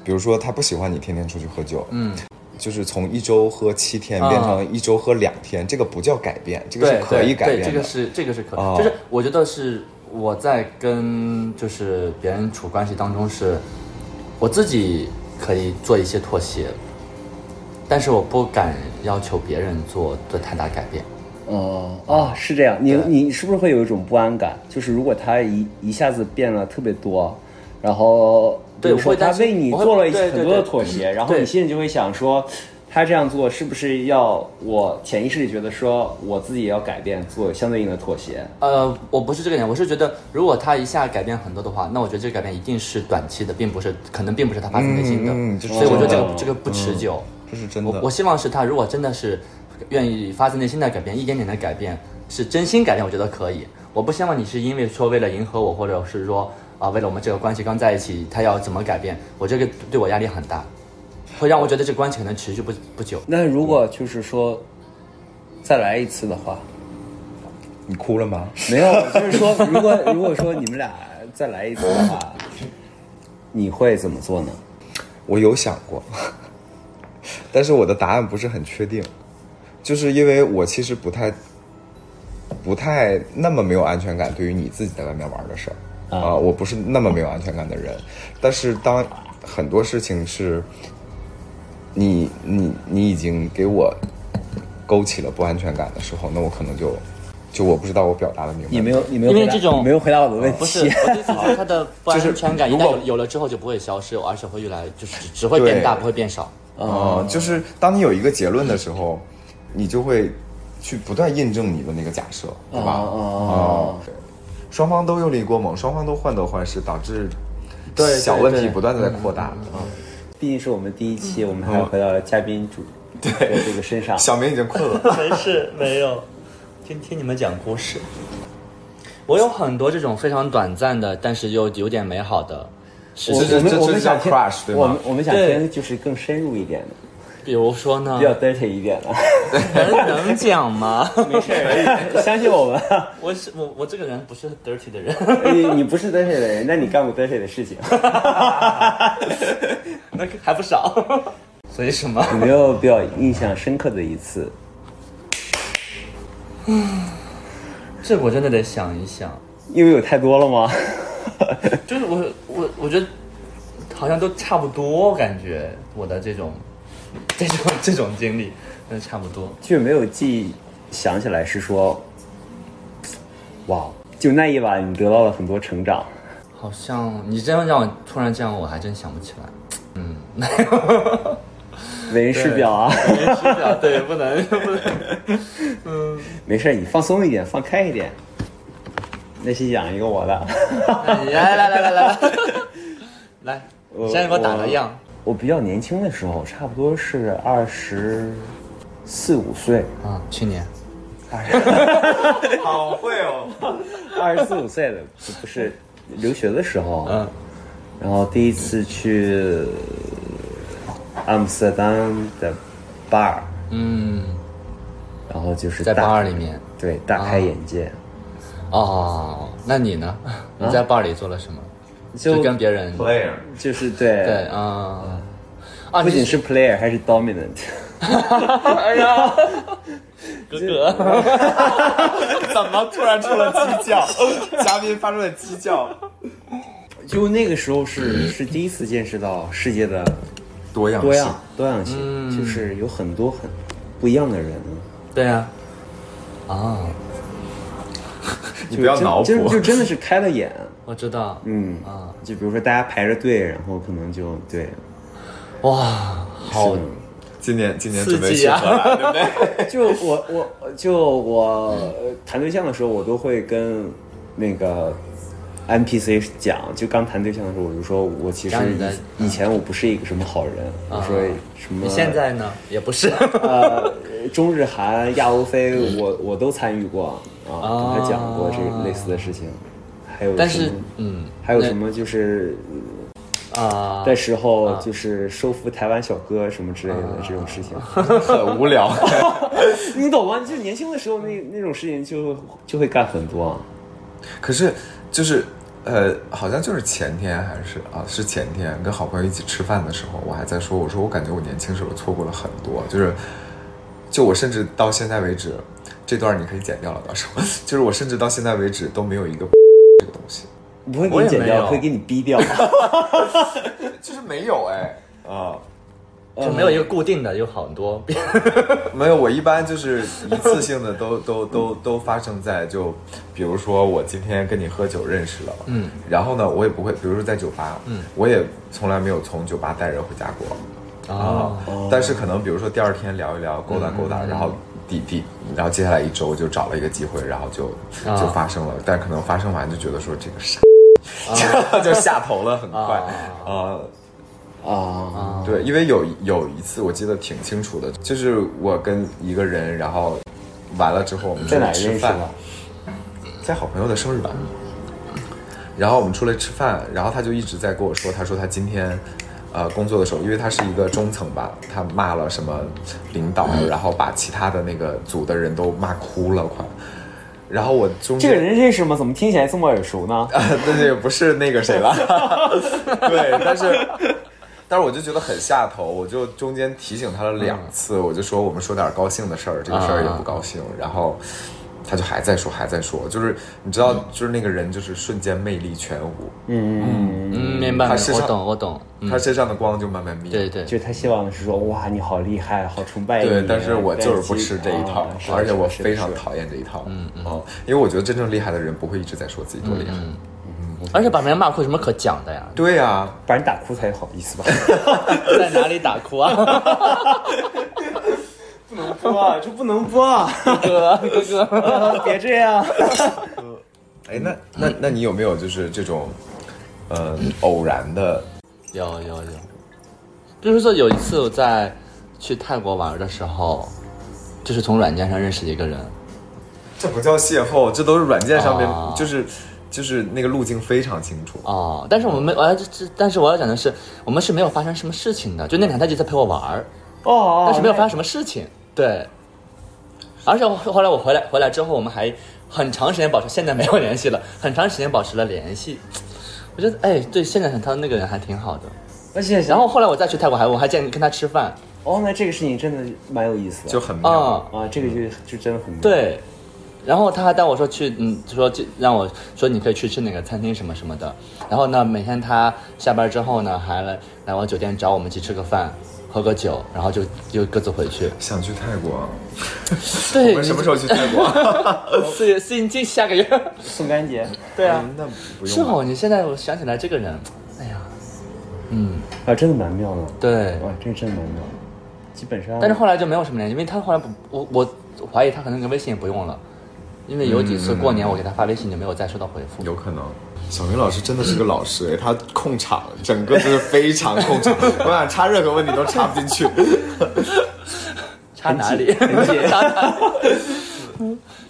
S3: 比如说他不喜欢你天天出去喝酒，嗯，就是从一周喝七天
S4: 啊
S3: 变成一周喝两天，这个不叫改变，这个
S4: 对
S3: 是可以改变的。
S4: 对，对这个是这个是可，
S3: 哦
S4: 就是我觉得是我在跟就是别人处关系当中是，我自己可以做一些妥协，但是我不敢要求别人做做太大改变。
S1: 哦哦，是这样。你
S4: 对
S1: 你是不是会有一种不安感？就是如果他一一下子变了特别多，然后比
S4: 对
S1: 如说
S4: 我会
S1: 他
S4: 担心
S1: 为你
S4: 我会
S1: 做了一
S4: 对对
S1: 很多的
S4: 对
S1: 妥协，然后
S4: 对
S1: 你心里就会想说，他这样做是不是要我潜意识里觉得说我自己也要改变，做相对应的妥协？
S4: 呃，我不是这个点，我是觉得如果他一下改变很多的话，那我觉得这个改变一定是短期的，并不是可能并不是他发自内心的，
S3: 嗯嗯这是
S4: 所以我觉得这
S1: 真
S4: 个
S1: 的
S4: 这个不持久。
S3: 这是真
S4: 我
S3: 的。
S4: 我希望是他如果真的是愿意发自内心的改变，一点点的改变，是真心改变，我觉得可以。我不希望你是因为说为了迎合我，或者是说啊、为了我们这个关系刚在一起，他要怎么改变，我这个对我压力很大，会让我觉得这关系可能持续不不久。
S6: 那如果就是说再来一次的话，
S3: 你哭了吗？
S6: 没有，就是说如果如果说你们俩再来一次的话，你会怎么做呢？
S3: 我有想过， 但是我的答案不是很确定，就是因为我其实不太、不太那么没有安全感，对于你自己在外面玩的事儿啊、我不是那么没有安全感的人。但是当很多事情是你、你、你已经给我勾起了不安全感的时候，那我可能就就我不知道我表达的明白
S6: 你没有，你没有
S4: 因为
S6: 回答
S4: 这种
S6: 你没有回答我的问题。
S4: 不是，我的意思是他的不
S3: 就是
S4: 安全感一旦
S3: 如果
S4: 有有了之后就不会消失，而是会越来就是只只会变大，
S3: 对
S4: 不会变少。
S3: 啊、就是当你有一个结论的时候，你就会去不断印证你的那个假设，对吧？啊、对双方都用力过猛，双方都患得患失，导致
S5: 对对
S3: 小问题
S5: 对
S3: 不断的在扩大。啊
S1: 毕竟是我们第一期，我们还回到了嘉宾主的这个身上。
S3: 小明已经 困了，
S5: 没事，没有。听听你们讲故事，
S4: 我有很多这种非常短暂的，但是又有点美好的事
S3: 我
S4: 情，
S3: 这
S1: 我
S3: 这
S1: 们我
S3: 这
S1: 们想
S3: 叫
S1: 听
S3: crush，对吗
S1: 我们我们想
S4: 对
S1: 听就是更深入一点的，
S4: 比如说呢
S1: 比，较 dirty 一 点的。
S4: 能能讲吗？
S1: 没事儿，相信 我们。
S4: 我是我我这个人不是 dirty 的人，
S1: 你你不是 dirty 的人，那你干过 dirty 的事 情？
S4: 那还不少。所以什么？
S1: 有没有比较印象深刻的一次？
S4: 这我真的得想一想。
S1: 因为有太多了吗？
S4: 就是我我我觉得好像都差不多，感觉我的这种这种这种经历，那差不多。
S1: 就没有记忆想起来是说，哇，就那一晚你得到了很多成长。
S4: 好像你真的让我突然这样，我还真想不起来。
S1: 为人师表啊，
S4: 没事啊，对，不能不能。
S1: 没事儿，你放松一点，放开一点。那先讲一个我的，
S4: 来哎来来来来来，来，
S1: 我
S4: 先给我打个样。
S1: 我比较年轻的时候，差不多是二十四五岁，
S4: 啊，去年
S3: 好会哦。
S1: 二十四五岁的，不不是留学的时候，
S4: 嗯，
S1: 然后第一次去阿姆斯特丹的 bar，
S4: 嗯，
S1: 然后就是
S4: 在
S1: 大
S4: 巴尔里面。
S1: 对大开眼界，
S4: 哦，那你呢？你在巴黎做了什么？
S1: 啊就
S4: 跟别人
S3: player，
S1: 就是
S4: 对
S1: 对，
S4: 啊
S1: 不
S4: 啊，你
S1: 仅是 player 还是 dominant，
S4: 哎呀，哥哥，
S3: 怎么突然出了鸡叫？ 嘉宾发出了鸡叫，
S1: 就那个时候是是第一次见识到世界的
S3: 多样性
S1: 多样多样性，嗯就是有很多很不一样的人，
S4: 对呀，啊，
S3: 你不要
S1: 就
S3: 脑
S1: 真就
S3: 补
S1: 就。真的是开了眼，
S4: 我知道，
S1: 嗯
S4: 啊，
S1: 就比如说大家排着队，然后可能就对，
S4: 哇，
S1: 好。
S3: 今年今年
S4: 刺
S3: 准备
S4: 激
S3: 去
S4: 啊
S3: 荷兰，对不对？
S1: 就我我就我呃谈对象的时候，我都会跟那个 NPC 讲，就刚谈对象的时候，我就说我其实
S4: 讲你的啊
S1: 以以前我不是一个什么好人，我说什么
S4: 你现在呢？也 不是，
S1: 呃中日韩亚欧非我我都参与过啊，跟他讲过这类似的事情，还有
S4: 但
S1: 什
S4: 是
S1: 么
S4: 嗯，
S1: 还有
S4: 那
S1: 什么就是
S4: 啊？啊
S1: 的时候就是收服台湾小哥什么之类的这种事情，
S3: 很无聊。
S1: 你懂吗？就是年轻的时候那那种事情就就会干很多。啊
S3: 可是就是呃，好像就是前天还是啊，是前天跟好朋友一起吃饭的时候，我还在说，我说我感觉我年轻时候错过了很多，就是就我甚至到现在为止，这段你可以剪掉了，到时候 就是我甚至到现在为止都没有一个 这个东西，
S1: 不会给
S4: 我
S1: 你
S4: 也
S1: 剪
S4: 没有
S1: 掉，会给你逼掉。啊
S3: 就是没有哎。啊、
S4: 就没有一个固定的，有很
S1: 嗯
S4: 多
S3: 没有，我一般就是一次性的都 都都都发生在就，比如说我今天跟你喝酒认识了，嗯，然后呢，我也不会，比如说在酒吧，嗯，我也从来没有从酒吧带人回家过，啊，但是可能比如说第二天聊一聊，勾搭勾搭，然后第第，然后接下来一周就找了一个机会，然后就
S4: 啊
S3: 就发生了，但可能发生完就觉得说这个傻， 就下头了，很快啊。
S6: 啊，
S3: 对，因为有有一次我记得挺清楚的，就是我跟一个人，然后完了之后我们出
S1: 在哪
S3: 来
S1: 儿
S3: 吃
S1: 认识
S3: 饭
S1: 的，？
S3: 在好朋友的生日吧。然后我们出来吃饭，然后他就一直在跟我说，他说他今天，呃，工作的时候，因为他是一个中层吧，他骂了什么领导，然后把其他的那个组的人都骂哭了，快。然后我中
S1: 这
S3: 间
S1: 个人认识吗？怎么听起来这么耳熟呢？
S3: 啊，那也不是那个谁了，对，但是。但是我就觉得很下头，我就中间提醒他了两次，我就说我们说点高兴的事儿，这个事儿也不高兴，然后他就还在说，还在说，就是你知道，就是那个人就是瞬间魅力全无，
S4: 嗯，明白，
S3: 他身
S4: 我
S3: 上
S4: 懂，我懂。嗯
S3: 他身上的光就慢慢灭。
S4: 对对，
S1: 嗯就他希望的是说，哇，你好厉害，好崇拜你。啊
S3: 对，但是我就是不吃这一套
S1: 啊，是的
S3: 而且我
S1: 是的
S3: 非
S1: 是
S3: 常
S1: 的
S3: 讨厌这一套。嗯嗯，因为我觉得真正厉害的人不会一直在说自己多厉害。
S4: 而且把别人骂哭有什么可讲的呀？
S3: 对啊呀，
S1: 把你打哭才好意思 吧？
S4: 在哪里打 哭啊？
S1: 不能播啊，这不能播啊！
S4: 哥哥哥，
S1: 别这样。
S3: 哎，那那那你有没有就是这种，呃，偶然的
S4: 有有有，比如说有一次我在去泰国玩的时候，就是从软件上认识一个人，
S3: 这不叫邂逅，这都是软件上面，
S4: 啊
S3: 就是就是那个路径非常清楚。
S4: 哦，但是我们没，我要这这，但是我要讲的是，我们是没有发生什么事情的，就那两天他就在陪我玩儿，
S1: 哦，
S4: 但是没有发
S1: 现。
S4: 生什么事情，对。而且后后来我回来回来之后，我们还很长时间保持，现在没有联系了，很长时间保持了联系。我觉得哎，对，现在想他那个人还挺好的。
S1: 而且，
S4: 然后后来我再去泰国还我还见跟他吃饭
S1: 哦，那这个事情真的蛮有意思的，
S3: 就很妙、
S4: 啊、
S1: 啊，这个就就真的很
S4: 对。然后他还带我说去，嗯，就说就让我说你可以去吃哪个餐厅什么什么的。然后呢，每天他下班之后呢，还来来我酒店找我们去吃个饭，喝个酒，然后就就各自回去。
S3: 想去泰国，我
S4: 对，
S3: 们什么时候去泰国？
S4: 候？四月四近下个月。
S1: 宋干节
S4: 对啊。
S3: 嗯 那不
S4: 是
S3: 用吧。
S4: 哦，你现在我想起来这个人，哎呀，嗯，
S1: 啊，真的蛮妙的，
S4: 对。
S1: 哇，这个真的蛮妙的，基本上。
S4: 但是后来就没有什么联系，因为他后来不，我我怀疑他可能连微信也不用了，因为有几次过年我给他发微信就没有再收到回复。
S3: 有可能。小明老师真的是个老师哎，他控场，整个就是非常控场。 我想插任何问题都插不进去。
S4: 插哪里？插哪里？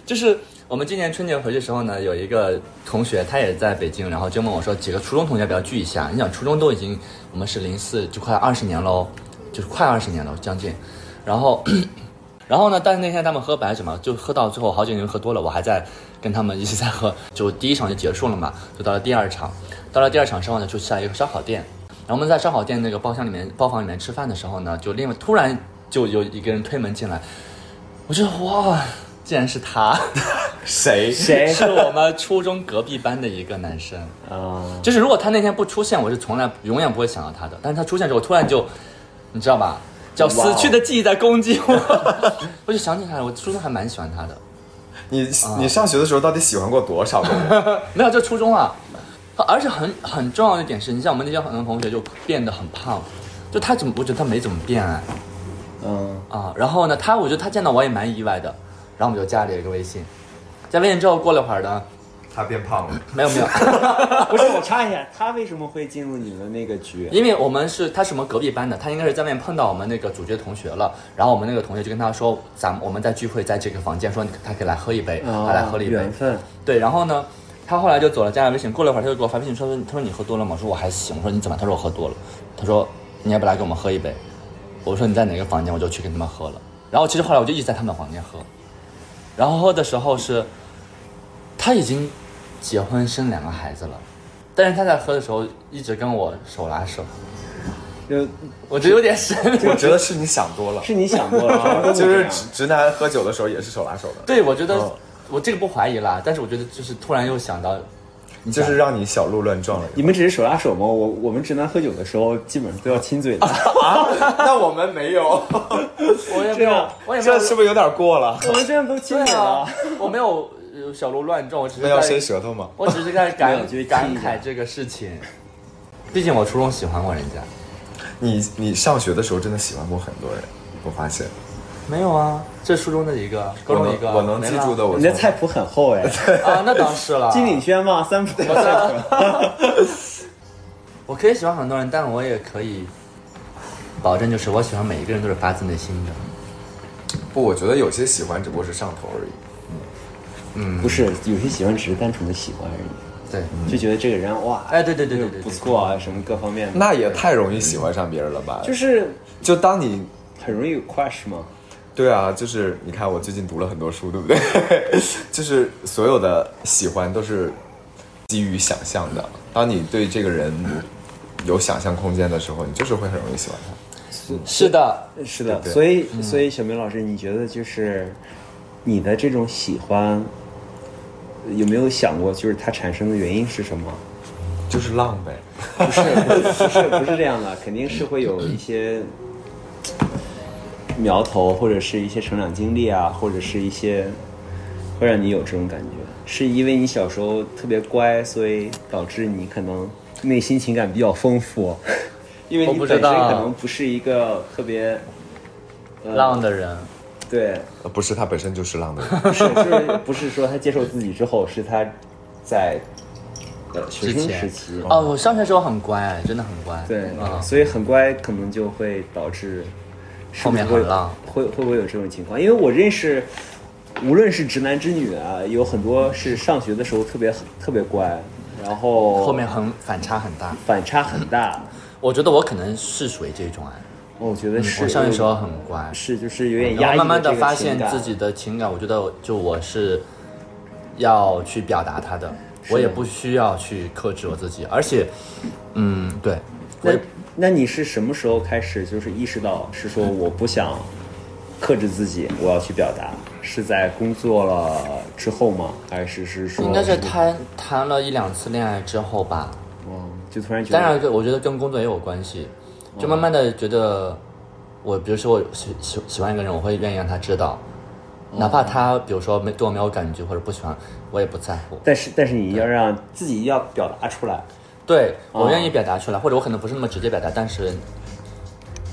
S4: 就是我们今年春节回去的时候呢，有一个同学他也在北京，然后就问我说，几个初中同学要不要聚一下？你想初中都已经我们是零四，就快二十年喽，就是快二十年了，将近。然后，然后呢？但是那天他们喝白酒嘛，就喝到最后好几个人喝多了，我还在跟他们一起在喝。就第一场就结束了嘛，就到了第二场。到了第二场之后呢，就下一个烧烤店。然后我们在烧烤店那个包厢里面、包房里面吃饭的时候呢，就另外突然就有一个人推门进来，我就哇，竟然是他，
S3: 谁？
S1: 谁
S4: 哎是我们初中隔壁班的一个男生。
S1: 啊，
S4: 就是如果他那天不出现，我是从来永远不会想到他的。但是他出现之后，突然就，你知道吧？叫死去的记忆在攻击我， 我就想起来，我初中还蛮喜欢他的。
S3: 你你上学的时候到底喜欢过多少个人？
S4: 没有，这初中啊，而且很很重要的一点是，你像我们那些很多同学就变得很胖，就他怎么，我觉得他没怎么变哎
S1: 嗯，
S4: 啊。然后呢，他我觉得他见到我也蛮意外的，然后我们就加了一个微信，加微信之后过了会儿呢，
S3: 他变胖了。
S4: 没有没有，
S1: 不是，我插一下，他为什么会进入你们那个局？
S4: 因为我们是他是我们隔壁班的，他应该是在外面碰到我们那个主角同学了，然后我们那个同学就跟他说，咱们我们在聚会，在这个房间说他可以来喝一杯，
S1: 啊
S4: 他来喝了一杯
S1: 缘，分，
S4: 对，然后呢，他后来就走了，加了微信，过了一会儿他就给我发微信说，他说你喝多了吗？我说我还行，我说你怎么？他说我喝多了，他说你要不来跟我们喝一杯？我说你在哪个房间？我就去跟他们喝了，然后其实后来我就一直在他们的房间喝，然后喝的时候是，他已经结婚生两个孩子了。但是他在喝的时候一直跟我手拉手，
S1: 就
S4: 我觉得有点神。
S3: 我觉得是你想多了，
S1: 是你想过 了，
S3: 就是直直男喝酒的时候也是手拉手的，
S4: 对，我觉得
S3: 哦
S4: 我这个不怀疑啦，但是我觉得就是突然又想到，你
S3: 就
S4: 想
S3: 是让你小鹿乱撞了。
S1: 你们只是手拉手吗？我我们直男喝酒的时候，基本上都要亲嘴的。
S3: 那我们没有，
S4: 我也没
S1: 这
S4: 有
S1: 样，
S4: 我也没有
S3: 这是不是有点过 了？
S1: 我们这样都亲
S4: 对
S1: 嘴
S4: 啊
S1: 了。，
S4: 我没有呃小鹿乱撞，我只
S3: 那
S4: 是
S3: 要
S4: 在
S3: 伸舌头吗？
S4: 我只是在感
S1: 没有就是
S4: 感
S1: 记一下
S4: 慨这个事情。毕竟我初中喜欢过人家，
S3: 你你上学的时候真的喜欢过很多人，我发现。
S4: 没有啊，这初中的一个，高
S3: 我
S4: 中一
S3: 能
S4: 个，
S3: 我能
S4: 没
S3: 记
S4: 了
S3: 住的，我
S1: 你这
S3: 从
S1: 菜谱很厚 哎，
S4: 啊，那当是 了。
S1: 金领轩吗？三浦， 啊
S4: 我可以喜欢很多人，但我也可以保证，就是我喜欢每一个人都是发自内心的。
S3: 不，我觉得有些喜欢只不过是上头而已。
S1: 不是，有些喜欢只是单纯的喜欢而已，
S4: 对，
S1: 就觉得这个人哇，
S4: 哎，对对对对对，
S1: 不错啊，什么各方面的，
S3: 那也太容易喜欢上别人了吧？
S1: 就是是
S3: 就当你
S1: 很容易有 crush 嘛。
S3: 对啊，就是你看我最近读了很多书，对不对？ 就是所有的喜欢都是基于想象的。当你对这个人有想象空间的时候，你就是会很容易喜欢他。
S4: 是的，
S1: 是的，
S3: 对
S1: 所以所以小明老师，你觉得就是你的这种喜欢，有没有想过就是它产生的原因是什么？
S3: 就是浪呗。
S1: 不是不是不是这样的，肯定是会有一些苗头，或者是一些成长经历啊，或者是一些会让你有这种感觉，是因为你小时候特别乖，所以导致你可能内心情感比较丰富， 因为
S4: 我
S1: 你
S4: 不
S1: 本身
S4: 知道
S1: 可能不是一个特别。呃
S4: 浪的人，
S1: 对，
S3: 呃不是，他本身就是浪的人。
S1: 不是，就是不是说他接受自己之后，是他在呃学生
S4: 之前
S1: 时期，
S4: 哦，我上学时候很乖，真的很乖。
S1: 对，
S4: 啊，
S1: 所以很乖，可能就会导致是
S4: 后
S1: 不是
S4: 面
S1: 会
S4: 很浪
S1: 会会不会有这种情况？因为我认识，无论是直男直女啊，有很多是上学的时候特别特别乖，然后
S4: 后面很反差很大。
S1: 反差很大。
S4: 我觉得我可能是属于这种啊，
S1: 我觉得是，
S4: 我上学时候很乖，
S1: 是就是有点
S4: 然
S1: 压
S4: 后
S1: 抑
S4: 慢慢
S1: 这
S4: 的
S1: 个
S4: 发
S1: 情
S4: 现
S1: 感
S4: 自己的情感，我觉得就我是要去表达它的，我也不需要去克制我自己，而且，嗯，对，我
S1: 那
S4: 也
S1: 那你是什么时候开始就是意识到是说我不想克制自己，我要去表达？是在工作了之后吗？还是是说
S4: 应该是谈谈了一两次恋爱之后吧，
S1: 嗯，就突然觉得
S4: 当然，对我觉得跟工作也有关系，就慢慢的觉得，我比如说我喜喜喜欢一个人，我会愿意让他知道，哪怕他比如说没对我没有感觉或者不喜欢，我也不在乎。
S1: 但是但是你要让自己要表达出来，
S4: 对我
S1: 哦
S4: 愿意表达出来，或者我可能不是那么直接表达，但是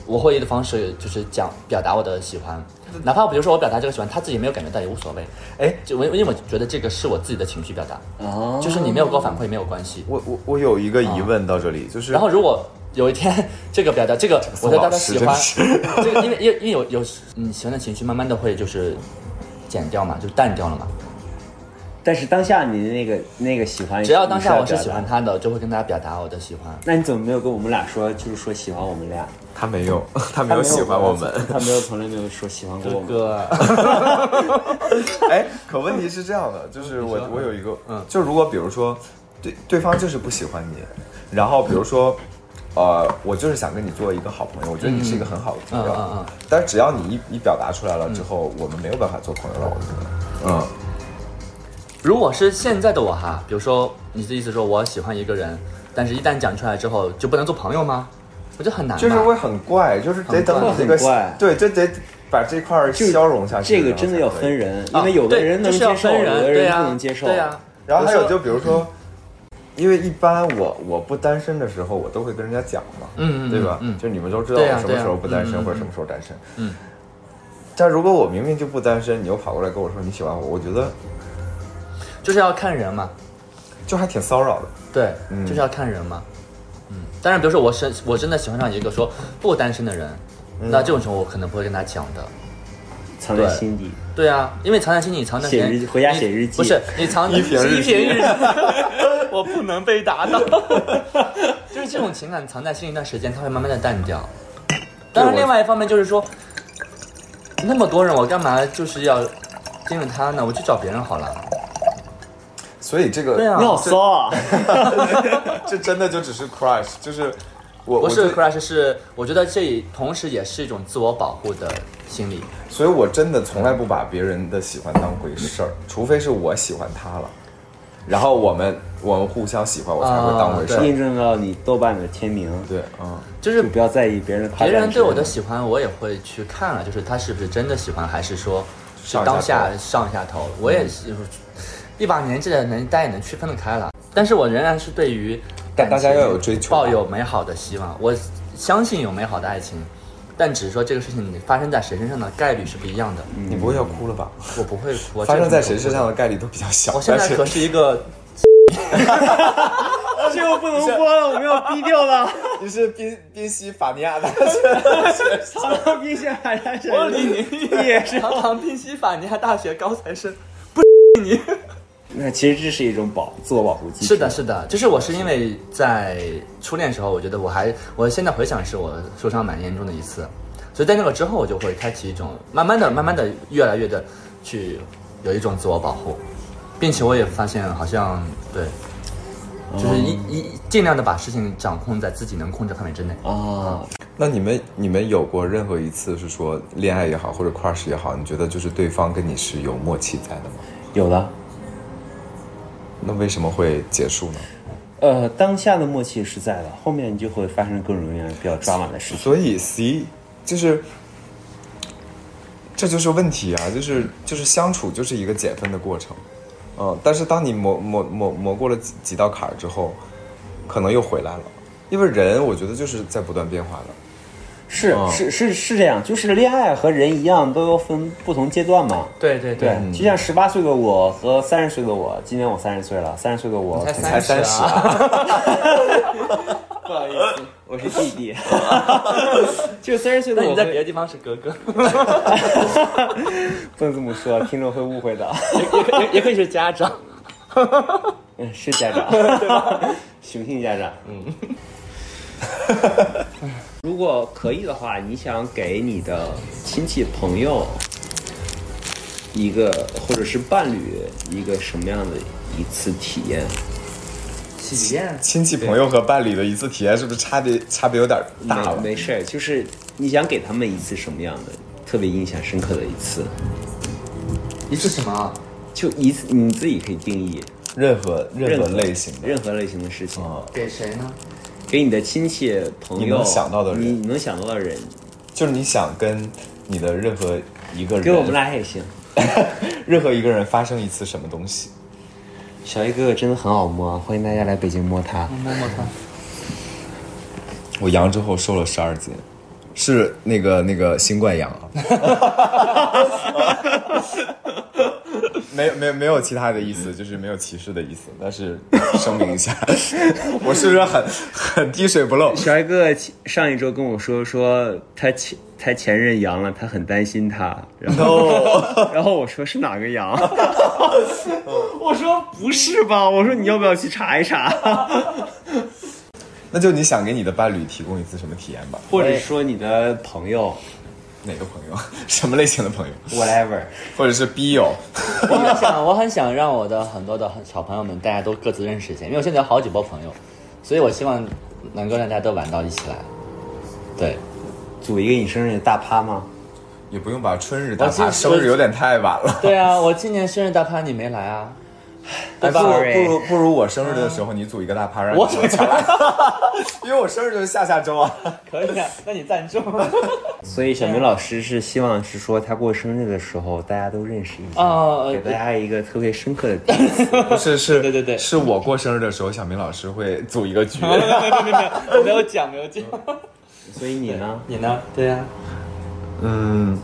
S4: 我会的方式就是讲表达我的喜欢，哪怕比如说我表达这个喜欢，他自己没有感觉到也无所谓。
S3: 哎，
S4: 就我因为我觉得这个是我自己的情绪表达，
S1: 哦
S4: 就是你没有给我反馈没有关系。
S3: 我我我有一个疑问到这里，就是
S4: 然后如果有一天 这个表达这个，我对大家喜欢， 这个因为因为因为有有你喜欢的情绪，慢慢的会就是减掉嘛，就淡掉了嘛。
S1: 但是当下你的那个那个喜欢，
S4: 只要当下我是喜
S1: 你
S4: 欢
S1: 要表达，
S4: 他的，就会跟大家表达我的喜欢。
S1: 那你怎么没有跟我们俩说，就是说喜欢我们俩？
S3: 他没有， 他没有喜欢我们。
S1: 他 没有从来没有说喜欢过我们。
S4: 哥，
S3: 哎，可问题是这样的，
S1: 哦
S3: 就是我我
S1: 嗯
S3: 有一个，就如果比如说对对方就是不喜欢你，然后比如说，呃，我就是想跟你做一个好朋友，我觉得你是一个很好的朋友，
S4: 嗯嗯嗯嗯
S3: 但是只要你一一表达出来了之后，
S1: 嗯
S3: 我们没有办法做朋友了，我觉得，嗯，
S4: 如果是现在的我哈，比如说你的意思说我喜欢一个人，但是一旦讲出来之后就不能做朋友吗？我觉得很难吧。
S3: 就是会很怪，就是得等你这个
S1: 很怪
S3: 对，这得把这块儿
S1: 就
S3: 消融下去，
S1: 这个真的要
S3: 然后才可以
S1: 分。人，
S4: 啊
S1: 因为有的
S4: 对
S1: 人能
S4: 就是
S1: 接
S4: 要
S1: 受，
S4: 分人
S1: 有的
S4: 对
S1: 人
S4: 呀
S1: 不能接受。
S4: 对啊呀，
S3: 然后还有
S4: 我说
S3: 就比如说，因为一般我我不单身的时候，我都会跟人家讲嘛，
S4: 嗯嗯嗯
S3: 对吧？
S4: 嗯
S3: 就你们都知道
S4: 对
S3: 我
S4: 啊
S3: 什
S4: 对
S3: 么
S4: 啊
S3: 时候不单身、
S4: 嗯嗯
S3: 或者什么时候单身，
S4: 嗯。
S3: 但如果我明明就不单身，你又跑过来跟我说你喜欢我，我觉得
S4: 就是要看人嘛，
S3: 就还挺骚扰的。
S4: 对，
S3: 嗯
S4: 就是要看人嘛。嗯，当然，比如说我是我真的喜欢上一个说不单身的人，
S1: 嗯
S4: 那这种时候我可能不会跟他讲的。
S1: 藏在
S4: 对
S1: 心底。
S4: 对啊，因为藏在心里藏段时间
S1: 写日记回家写日记
S4: 你不是你藏
S3: 一瓶日记
S4: 一瓶日记 我不能被打倒。 就是这种情感藏在心里一段时间，它会慢慢的淡掉。当然，
S3: 我
S4: 另外一方面就是说，那么多人，我干嘛就是要盯着他呢？我去找别人好了。
S3: 所以这个
S4: 对啊
S1: 你好骚啊！
S3: 这真的就只是 crush，就是我
S4: 不
S3: 我
S4: 是
S3: 就
S4: crush，是我觉得这同时也是一种自我保护的心理。
S3: 所以我真的从来不把别人的喜欢当回事儿，除非是我喜欢他了，然后我们我们互相喜欢，我才会当回事
S4: 啊
S3: 儿。
S1: 印证到你豆瓣的签名，
S3: 对，嗯。
S4: 就是
S1: 就不要在意别人的夸
S4: 别
S1: 赞。
S4: 人对我的喜欢，我也会去看啊，就是他是不是真的喜欢，还是说是
S3: 上
S4: 当下
S3: 下头嗯
S4: 上一下头。我也是，一把年纪的人，大家也能区分得开了。但是我仍然是对于
S3: 但
S4: 感
S3: 大家
S4: 情
S3: 要有追求啊
S4: 抱有美好的希望。我相信有美好的爱情，但只是说这个事情发生在谁身上的概率是不一样的。
S3: 你不会要哭了吧？
S4: 我不会哭，我
S3: 嗯发
S4: 真的
S3: 生在
S4: 不
S3: 谁
S4: 会
S3: 身
S4: 哭
S3: 上的概率都比较小。
S4: 我现在
S3: 但是
S4: 可是一 个，
S6: 这个不能播了，我们要逼掉了。
S3: 你是宾宾夕法尼亚的，
S6: 好了，冰雪海滩神，
S4: 我离你
S6: 也是。
S4: 堂堂宾夕法尼亚大学高材生。
S1: 那其实这是一种保自我保护机制。
S4: 是的，，是的，就是我是因为在初恋时候，我觉得我还，我现在回想是我受伤蛮严重的一次，所以在那个之后，我就会开启一种慢慢的、慢慢的、越来越的去有一种自我保护，并且我也发现好像对，就是一一尽量的把事情掌控在自己能控制范围之内。
S1: 啊
S3: 那你们你们有过任何一次是说恋爱也好，或者 crush 也好，你觉得就是对方跟你是有默契在的吗？
S1: 有的。
S3: 那为什么会结束呢？
S1: 呃，当下的默契是在的，后面就会发生各种各样比较抓马的事情。
S3: 所以 C 就是，这就是问题啊，就是就是相处就是一个减分的过程，嗯，但是当你磨磨磨磨过了几几道坎儿之后，可能又回来了，因为人我觉得就是在不断变化的，
S1: 是
S3: 嗯
S1: 是是是这样，就是恋爱和人一样，都要分不同阶段嘛。
S4: 对对
S1: 对，就像十八岁的我和三十岁的我，今年我三十岁了，三十岁的我
S4: 才
S1: 可能
S4: 三十啊！
S1: 不好意思，我是弟 弟。就三十岁的
S4: 那
S1: 我
S4: 你
S1: 会，
S4: 在别的地方是哥哥，
S1: 不能这么说，听众会误会的。
S4: 也可也也可以是家长。
S1: 嗯，是家长，对吧？雄性家长，嗯。 如果可以的话，你想给你的亲戚朋友一个，或者是伴侣一个什么样的一次体验？
S4: 体验
S3: 亲戚朋友和伴侣的一次体验是不是差别差别有点大
S1: 没
S3: 了？
S1: 没事儿，就是你想给他们一次什么样的特别印象深刻的一次？
S4: 一次什么？
S1: 就一次你自己可以定义
S3: 任何任何
S1: 任何
S3: 类型的，
S1: 任何类型的事情，
S4: 给谁呢？
S1: 给你的亲戚朋友，
S3: 你能想到的人
S1: 啊你你能想到的人，
S3: 就是你想跟你的任何一个人，
S1: 给我们俩也行。
S3: 任何一个人发生一次什么东西，
S1: 小一哥哥真的很好摸，欢迎大家来北京摸他。
S4: 摸摸他。
S3: 我阳之后瘦了十二斤，是那个那个新冠阳啊， 没有没有没有其他的意思，就是没有歧视的意思，但是声明 一下，我是不是很很滴水不漏？
S1: 小一哥哥上一周跟我说，说他前他前任阳了，他很担心他。然后 然后我说是哪个阳？ 我说不是吧？我说你要不要去查一查？
S3: 那就你想给你的伴侣提供一次什么体验吧？
S1: 或者说你的朋友
S3: 哪个朋友， 什么类型的朋友，
S1: ，whatever。
S3: 或者是逼友？
S4: 我很想，啊我很想让我的很多的小朋友们，大家都各自认识一下，因为我现在有好几波朋友，所以我希望能够让大家都玩到一起来。 对，
S1: 组一个你生日的大趴吗？
S3: 也不用把春日打
S4: 我记
S3: 趴，
S4: 得
S3: 生日有点太晚了。
S4: 对啊，我今年生日大趴你没来啊？
S3: 不
S4: 哎
S3: 如
S1: sorry
S3: 不如不如我生日的时候，你组一个大
S4: 啊
S3: 趴让我抢来， 因为我生日就是下下 周啊。
S4: 可以啊，那 你赞助。
S1: 所以小明老师是希望是说他过生日的时候大家都认识一下，
S4: 哦
S1: 给大家一个特别深刻的第 一次。
S3: 不是是，
S4: 对对对
S3: 是我过生日的时候，小明老师会组一个 局。
S4: 没有讲，没有讲。
S1: 所以你呢？啊
S4: 你呢？对呀、
S3: 嗯，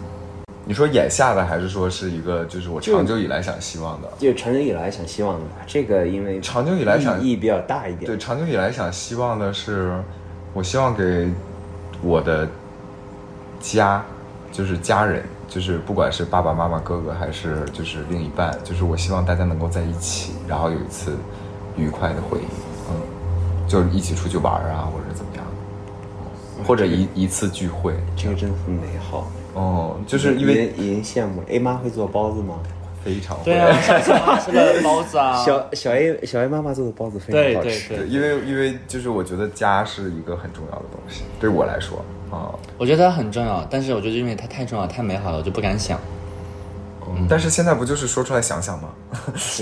S3: 你说眼下的，还是说是一个就是我长久以来想希望的？
S1: 就长久以来想希望的吧，这个因为
S3: 长久以来想
S1: 意义比较大一点。
S3: 对，长久以来想希望的是，我希望给我的家，就是家人，就是不管是爸爸妈妈、哥哥，还是就是另一半，就是我希望大家能够在一起，然后有一次愉快的回忆，嗯，就一起出去玩儿啊，或者怎么样，或者一一次聚会，
S1: 这个真的很美好。
S3: 哦、就是因为
S1: 已经羡慕了 A 妈会做包子吗？
S3: 非常会
S4: 对啊，上次我们吃了包子啊。
S1: 小小 A 小 A 妈妈做的包子非
S4: 对
S1: 常好
S4: 对
S1: 吃。
S3: 对，
S4: 对，
S3: 因为因为就是我觉得家是一个很重要的东西，对我来说啊。
S4: 我觉得它很重要，但是我觉得因为它太重要、太美好了，我就不敢想。
S3: 但是现在不就是说出来想想吗？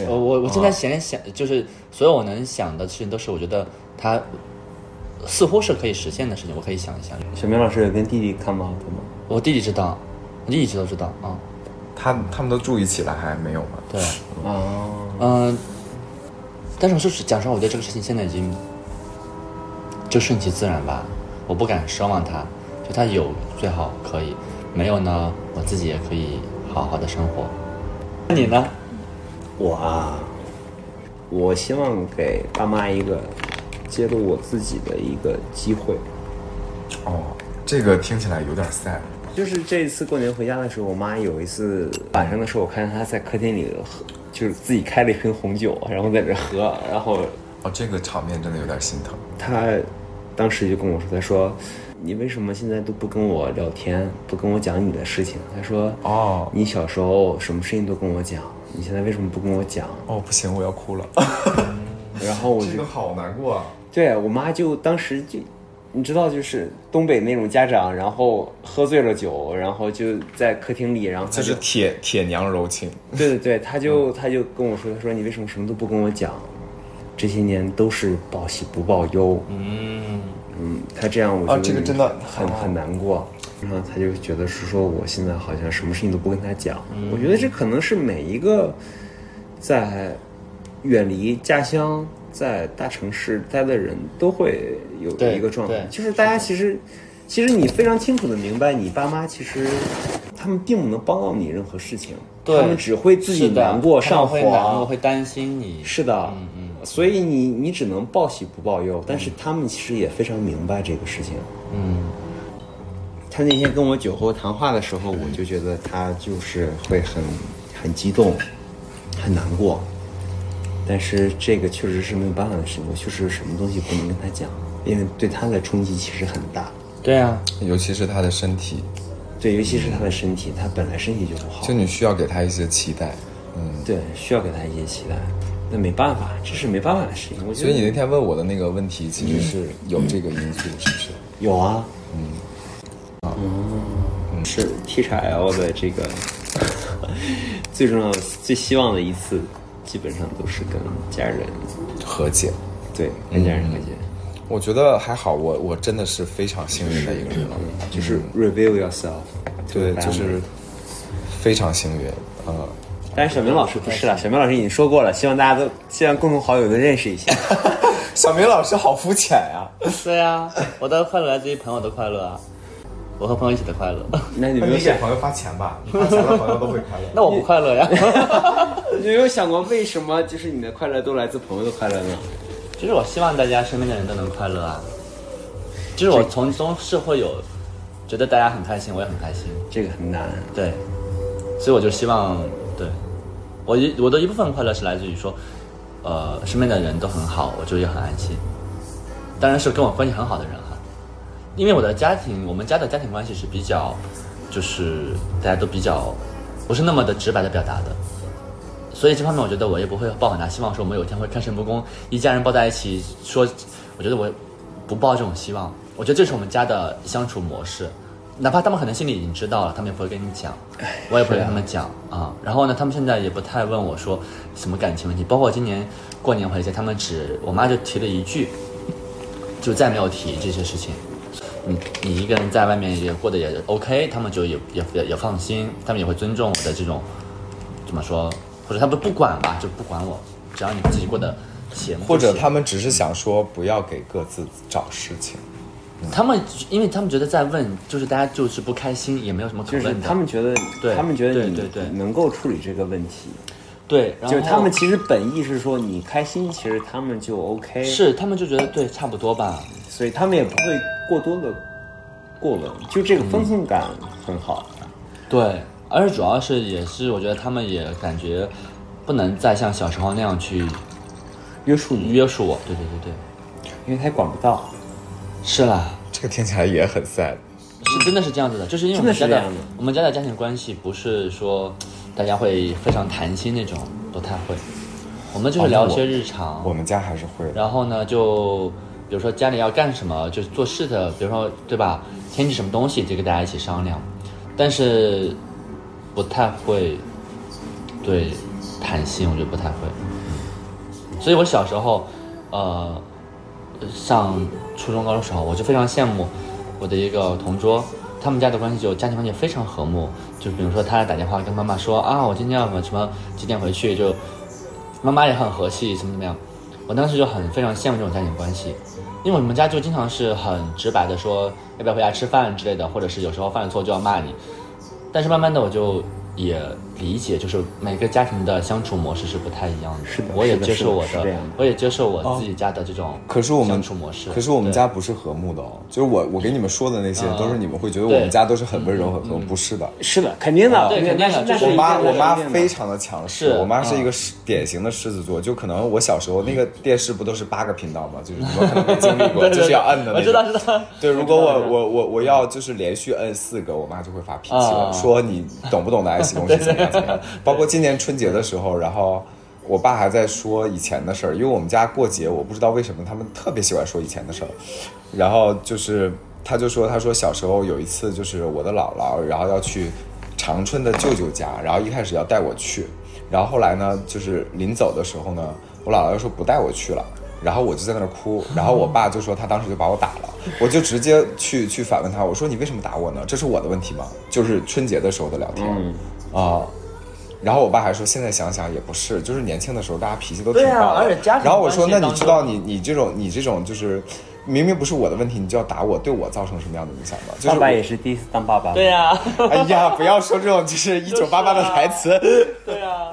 S4: 我呃我我现在想想，就是所有我能想的事情，都是我觉得它似乎是可以实现的事情，我可以想一想。
S1: 小明老师有跟弟弟 come out 吗？
S4: 我弟弟知道，我弟弟一直都知道啊、
S3: 他他们都住一起了，还没有吗？
S4: 对，
S1: 哦，
S4: 嗯、但是我说实讲实话，我对这个事情现在已经就顺其自然吧。我不敢奢望他，就他有最好可以，没有呢，我自己也可以好好的生活。那你呢？
S1: 我啊，我希望给爸妈一个揭露我自己的一个机会。
S3: 哦，这个听起来有点 sad。
S1: 就是这一次过年回家的时候，我妈有一次晚上的时候，我看她在客厅里喝，就是自己开了一瓶红酒，然后在这喝，然后
S3: 哦，这个场面真的有点心疼。
S1: 她当时就跟我说，她说：“你为什么现在都不跟我聊天，不跟我讲你的事情？”她说：“
S3: 哦
S1: 你小时候什么事情都跟我讲，你现在为什么不跟我讲
S3: 哦，不行，我要哭了。？”
S1: 然后我就
S3: 这个好难过啊。
S1: 对我妈就当时就，你知道，就是东北那种家长，然后喝醉了酒，然后就在客厅里，然后她
S3: 就是铁铁娘柔情，
S1: 对对对，她就她就跟我说，她说你为什么什么都不跟我讲？这些年都是报喜不报忧。嗯嗯，她这样我就
S3: 啊这个真的
S1: 很很难过。然后她就觉得是说我现在好像什么事情都不跟她讲。我觉得这可能是每一个在远离家乡。在大城市待的人都会有
S4: 对
S1: 一个状态
S4: 对，
S1: 就是大家其实，其实你非常清楚的明白，你爸妈其实他们并不能帮到你任何事情，
S4: 对
S1: 他们只会自己
S4: 是的
S1: 难过、
S4: 他们
S1: 上
S4: 会难过，
S1: 火，啊
S4: 会担心你。
S1: 是的，嗯嗯，所以你你只能报喜不报忧，但是他们其实也非常明白这个事情。
S4: 嗯，
S1: 他那天跟我酒后谈话的时候，我就觉得他就是会很很激动，很难过，但是这个确实是没有办法的事情，我确实什么东西不能跟他讲，因为对他的冲击其实很大，
S4: 对啊，
S3: 尤其是她的身体，
S1: 对，尤其是他的身体，他本来身体就不好
S3: 就，你需要给她一些期待，嗯。
S1: 对，需要给他一些期待，那没办法，这是没办法的事情，我觉
S3: 所以
S1: 得
S3: 你那天问我的那个问题，其实是有这个因素，是不是？
S1: 有啊，嗯，啊，哦是 T x L 的这个 最重要的、最希望的一次，基本上都是跟家人，
S3: 和解。
S1: 对，跟家人和解，
S3: 我觉得还好，我我真的是非常幸运的一个人了，
S1: 就是 reveal yourself，
S3: 对，就是非常幸运，呃，
S1: 但是小明老师不是了，小明老师已经说过了，希望大家都希望共同好友都认识一 下，
S3: 小明老师好肤浅呀、
S4: 对啊，我的快乐来自于朋友的快乐啊，我和朋友一起的快乐。
S1: 那你有没有想，
S3: 朋友发钱吧，你发钱了朋友都会快乐。
S4: 那我不快乐呀。
S1: 你有没有想过为什么就是你的快乐都来自朋友的快乐呢？
S4: 其实我希望大家身边的人都能快乐啊。其实我从中是会有觉得大家很开心，我也很开心。
S1: 这个很难，
S4: 对，所以我就希望，对我一我的一部分快乐是来自于说，呃，身边的人都很好，我就也很安心。当然是跟我关系很好的人哈，因为我的家庭，我们家的家庭关系是比较，就是大家都比较不是那么的直白的表达的，所以这方面我觉得我也不会抱很大希望，说我们有一天会开诚布公，一家人抱在一起说，我觉得我不抱这种希望。我觉得这是我们家的相处模式，哪怕他们可能心里已经知道了，他们也不会跟你讲，我也不会跟他们讲啊、然后呢，他们现在也不太问我说什么感情问题，包括我今年过年回家，他们只我妈就提了一句，就再没有提这些事情。你你一个人在外面也过得也 OK，他们就也也也也放心，他们也会尊重我的这种怎么说，或者他们不管吧，就不管我，只要你自己过得闲，
S3: 或者
S4: 不闲
S3: 他们只是想说，不要给各自找事情。
S4: 他们，因为他们觉得在问，就是大家就是不开心，也没有什么可
S1: 就
S4: 问的。
S1: 是他们觉得，
S4: 对
S1: 他们觉得你
S4: 对对对
S1: 能够处理这个问题，
S4: 对，然后
S1: 就是他们其实本意是说你开心，其实他们就 OK，，
S4: 是他们就觉得对，差不多吧。
S1: 所以他们也不会过多的过问，就这个分寸感很好。
S4: 对，而且主要是也是我觉得他们也感觉不能再像小时候那样去
S1: 约束你，
S4: 约束我。对对对对，
S1: 因为他也管不到。
S4: 是啦，
S3: 这个听起来也很 sad。
S4: 是真的是这样子的，就是因为我
S1: 真的
S4: 们家
S1: 是
S4: 的
S1: 这样的
S4: 我们家的家庭关系不是说大家会非常谈心那种，不太会。我们就是
S3: 哦那
S4: 聊
S3: 我
S4: 一些日常。
S3: 我们家还是会的，
S4: 然后呢，就比如说家里要干什么，就是做事的，比如说对吧，添置什么东西，就跟大家一起商量，但是不太会对谈心，我觉得不太会。嗯所以我小时候，呃，上初中高中时候，我就非常羡慕我的一个同桌，他们家的关系就家庭关系非常和睦。就比如说他打电话跟妈妈说啊，我今天要什么什么几点回去，就妈妈也很和气，怎么怎么样。我当时就很非常羡慕这种家庭关系，因为我们家就经常是很直白的说要不要回家吃饭之类的，或者是有时候犯了错就要骂你。但是慢慢的我就也理解，就是每个家庭的相处模式是不太一样的。
S1: 是的
S4: 我也
S1: 是的
S4: 接受我
S1: 是的是这样的
S4: 我也接受我自己家的这种
S3: 哦可是我们
S4: 相处模式。
S3: 可是我们
S4: 对嗯
S3: 家不是和睦的哦。就是我我给你们说的那些，都是你们会觉得我
S4: 对嗯
S3: 们家都是很温柔很和睦，不是的。
S1: 是的，肯定的，
S4: 哦对肯定的
S1: 那
S4: 这
S1: 是
S4: 是
S3: 我妈
S1: 那是
S3: 我妈
S1: 一定的
S3: 非常的强势，
S4: 是
S3: 我妈是
S4: 嗯
S3: 一个狮典型的狮子座，就可能我小时候那个电视不都是八个频道吗？就是你们可能没 经历过，就是要摁的那种。
S4: 我知道知道。
S3: 对，如果我我我我要就是连续摁四个，我妈就会发脾气
S4: 啊
S3: 了，说你懂不懂得爱惜东西怎么样怎么样。包括今年春节的时候，然后我爸还在说以前的事儿，因为我们家过节，我不知道为什么他们特别喜欢说以前的事儿，然后就是他就说他说小时候有一次就是我的姥姥，然后要去长春的舅舅家，然后一开始要带我去，然后后来呢就是临走的时候呢，我姥姥又说不带我去了。然后我就在那儿哭，然后我爸就说他当时就把我打了，我就直接去去反问他，我说你为什么打我呢？这是我的问题吗？就是春节的时候的聊天，
S1: 嗯
S3: 啊、然后我爸还说，现在想想也不是，就是年轻的时候大家脾气都挺
S4: 对啊
S3: 暴的。
S4: 而且家庭
S3: 然后我说，
S4: 关系
S3: 那
S4: 当中
S3: 你知道你你这种你这种就是，明明不是我的问题，你就要打我，对我造成什么样的影响吗？就是
S1: 爸
S3: 我
S1: 爸也是第一次当爸爸，
S4: 对啊呀、
S3: 哎呀，不要说这种就是一九八八的台 词。
S4: 对呀、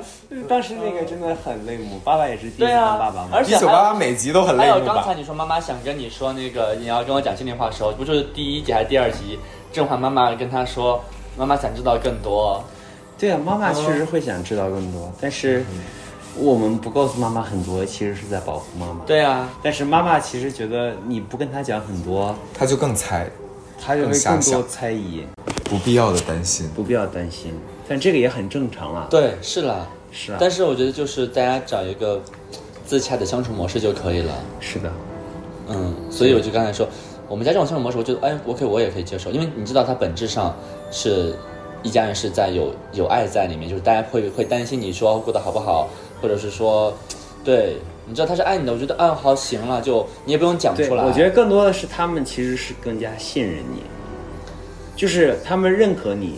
S1: 当时那个真的很泪目，爸爸也是第一
S4: 对
S1: 次
S4: 呀、
S1: 当爸爸嘛
S4: 而。
S3: 一
S4: 且
S3: 九
S4: 还有
S3: 八八每集都很
S4: 啊还
S3: 泪
S4: 有
S3: 目
S4: 刚才
S3: 吧？
S4: 你说妈妈想跟你说那个，你要跟我讲心里话的时候，不就是第一集还是第二集，甄嬛妈妈跟她说，妈妈想知道更多。
S1: 对呀，妈妈确
S4: 嗯
S1: 实会想知道更多，但是我们不告诉妈妈很多，其实是在保护妈妈。
S4: 对啊，
S1: 但是妈妈其实觉得你不跟她讲很多，
S3: 他就更猜，
S1: 她就会
S3: 想
S1: 更
S3: 想
S1: 多猜疑，
S3: 不必要的担心。
S1: 不必要担心。但这个也很正常啊。
S4: 对，是啦，
S1: 是啊
S4: 但是我觉得就是大家找一个自洽的相处模式就可以了。
S1: 是的，
S4: 嗯，所以我就刚才说，我们家这种相处模式，我觉得哎，OK，我也可以接受，因为你知道它本质上是一家人是在有有爱在里面，就是大家会会担心你说过得好不好，或者是说，对，你知道他是爱你的，我觉得啊，好行了，就你也不用讲
S1: 对，
S4: 出来，
S1: 我觉得更多的是他们其实是更加信任你，就是他们认可你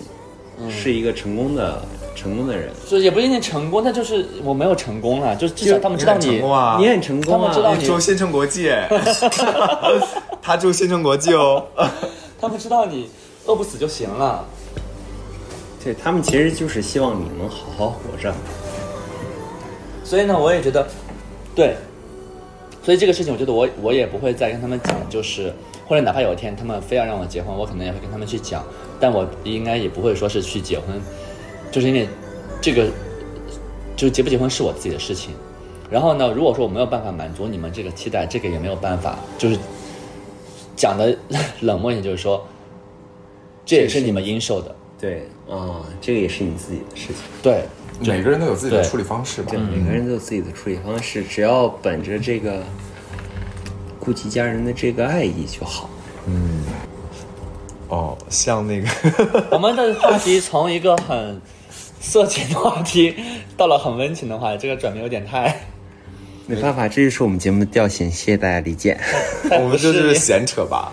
S1: 是一个成功的、成功的人。
S4: 就也不一定成功，但就是我没有成功了，就至少他们知道
S3: 很
S4: 你
S3: 成，功啊！
S1: 你很成功
S4: 他
S1: 啊
S4: 们知！道你
S3: 住，新城国际， 哎他住新城国际哦。
S4: 他们知道你饿不死就行了。
S1: 对他们其实就是希望你能好好活着。
S4: 所以呢，我也觉得，对，所以这个事情，我觉得我我也不会再跟他们讲，就是或者哪怕有一天他们非要让我结婚，我可能也会跟他们去讲，但我应该也不会说是去结婚，就是因为这个，就结不结婚是我自己的事情。然后呢，如果说我没有办法满足你们这个期待，这个也没有办法，就是讲的冷漠一点，就是说，这也是你们应受的，
S1: 对啊、这个也是你自己的事情。
S4: 对，
S3: 每个人都有自己的
S4: 对
S3: 处理方式吧
S1: 对，。嗯每个人都有自己的处理方式，只要本着这个顾及家人的这个爱意就好。
S3: 哦，像 那个。
S4: 我们的话题从一个很色情的话题到了很温情的话题，这个转变有点太……
S1: 没办法，这就是我们节目的调性，谢谢大家理 解。
S3: 我们就是闲扯吧。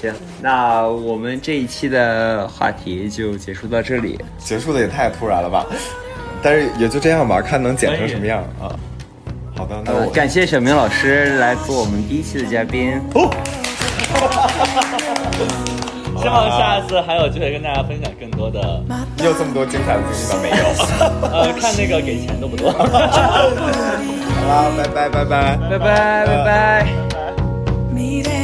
S1: 行，那我们这一期的话题就结束到这里。
S3: 结束的也太突然了吧？但是也就这样吧，看能剪成什么样啊。好的，那
S1: 呃
S3: 哎我
S1: 感谢小明老师来做我们第一期的嘉宾。
S4: 希望下次还有机会跟大家分享更多的。
S3: 你有这么多精彩的经历吗？没有。
S4: 呃，看那个给钱多不多。
S3: 好啦，拜拜拜拜。
S1: 拜拜拜拜。
S7: Mire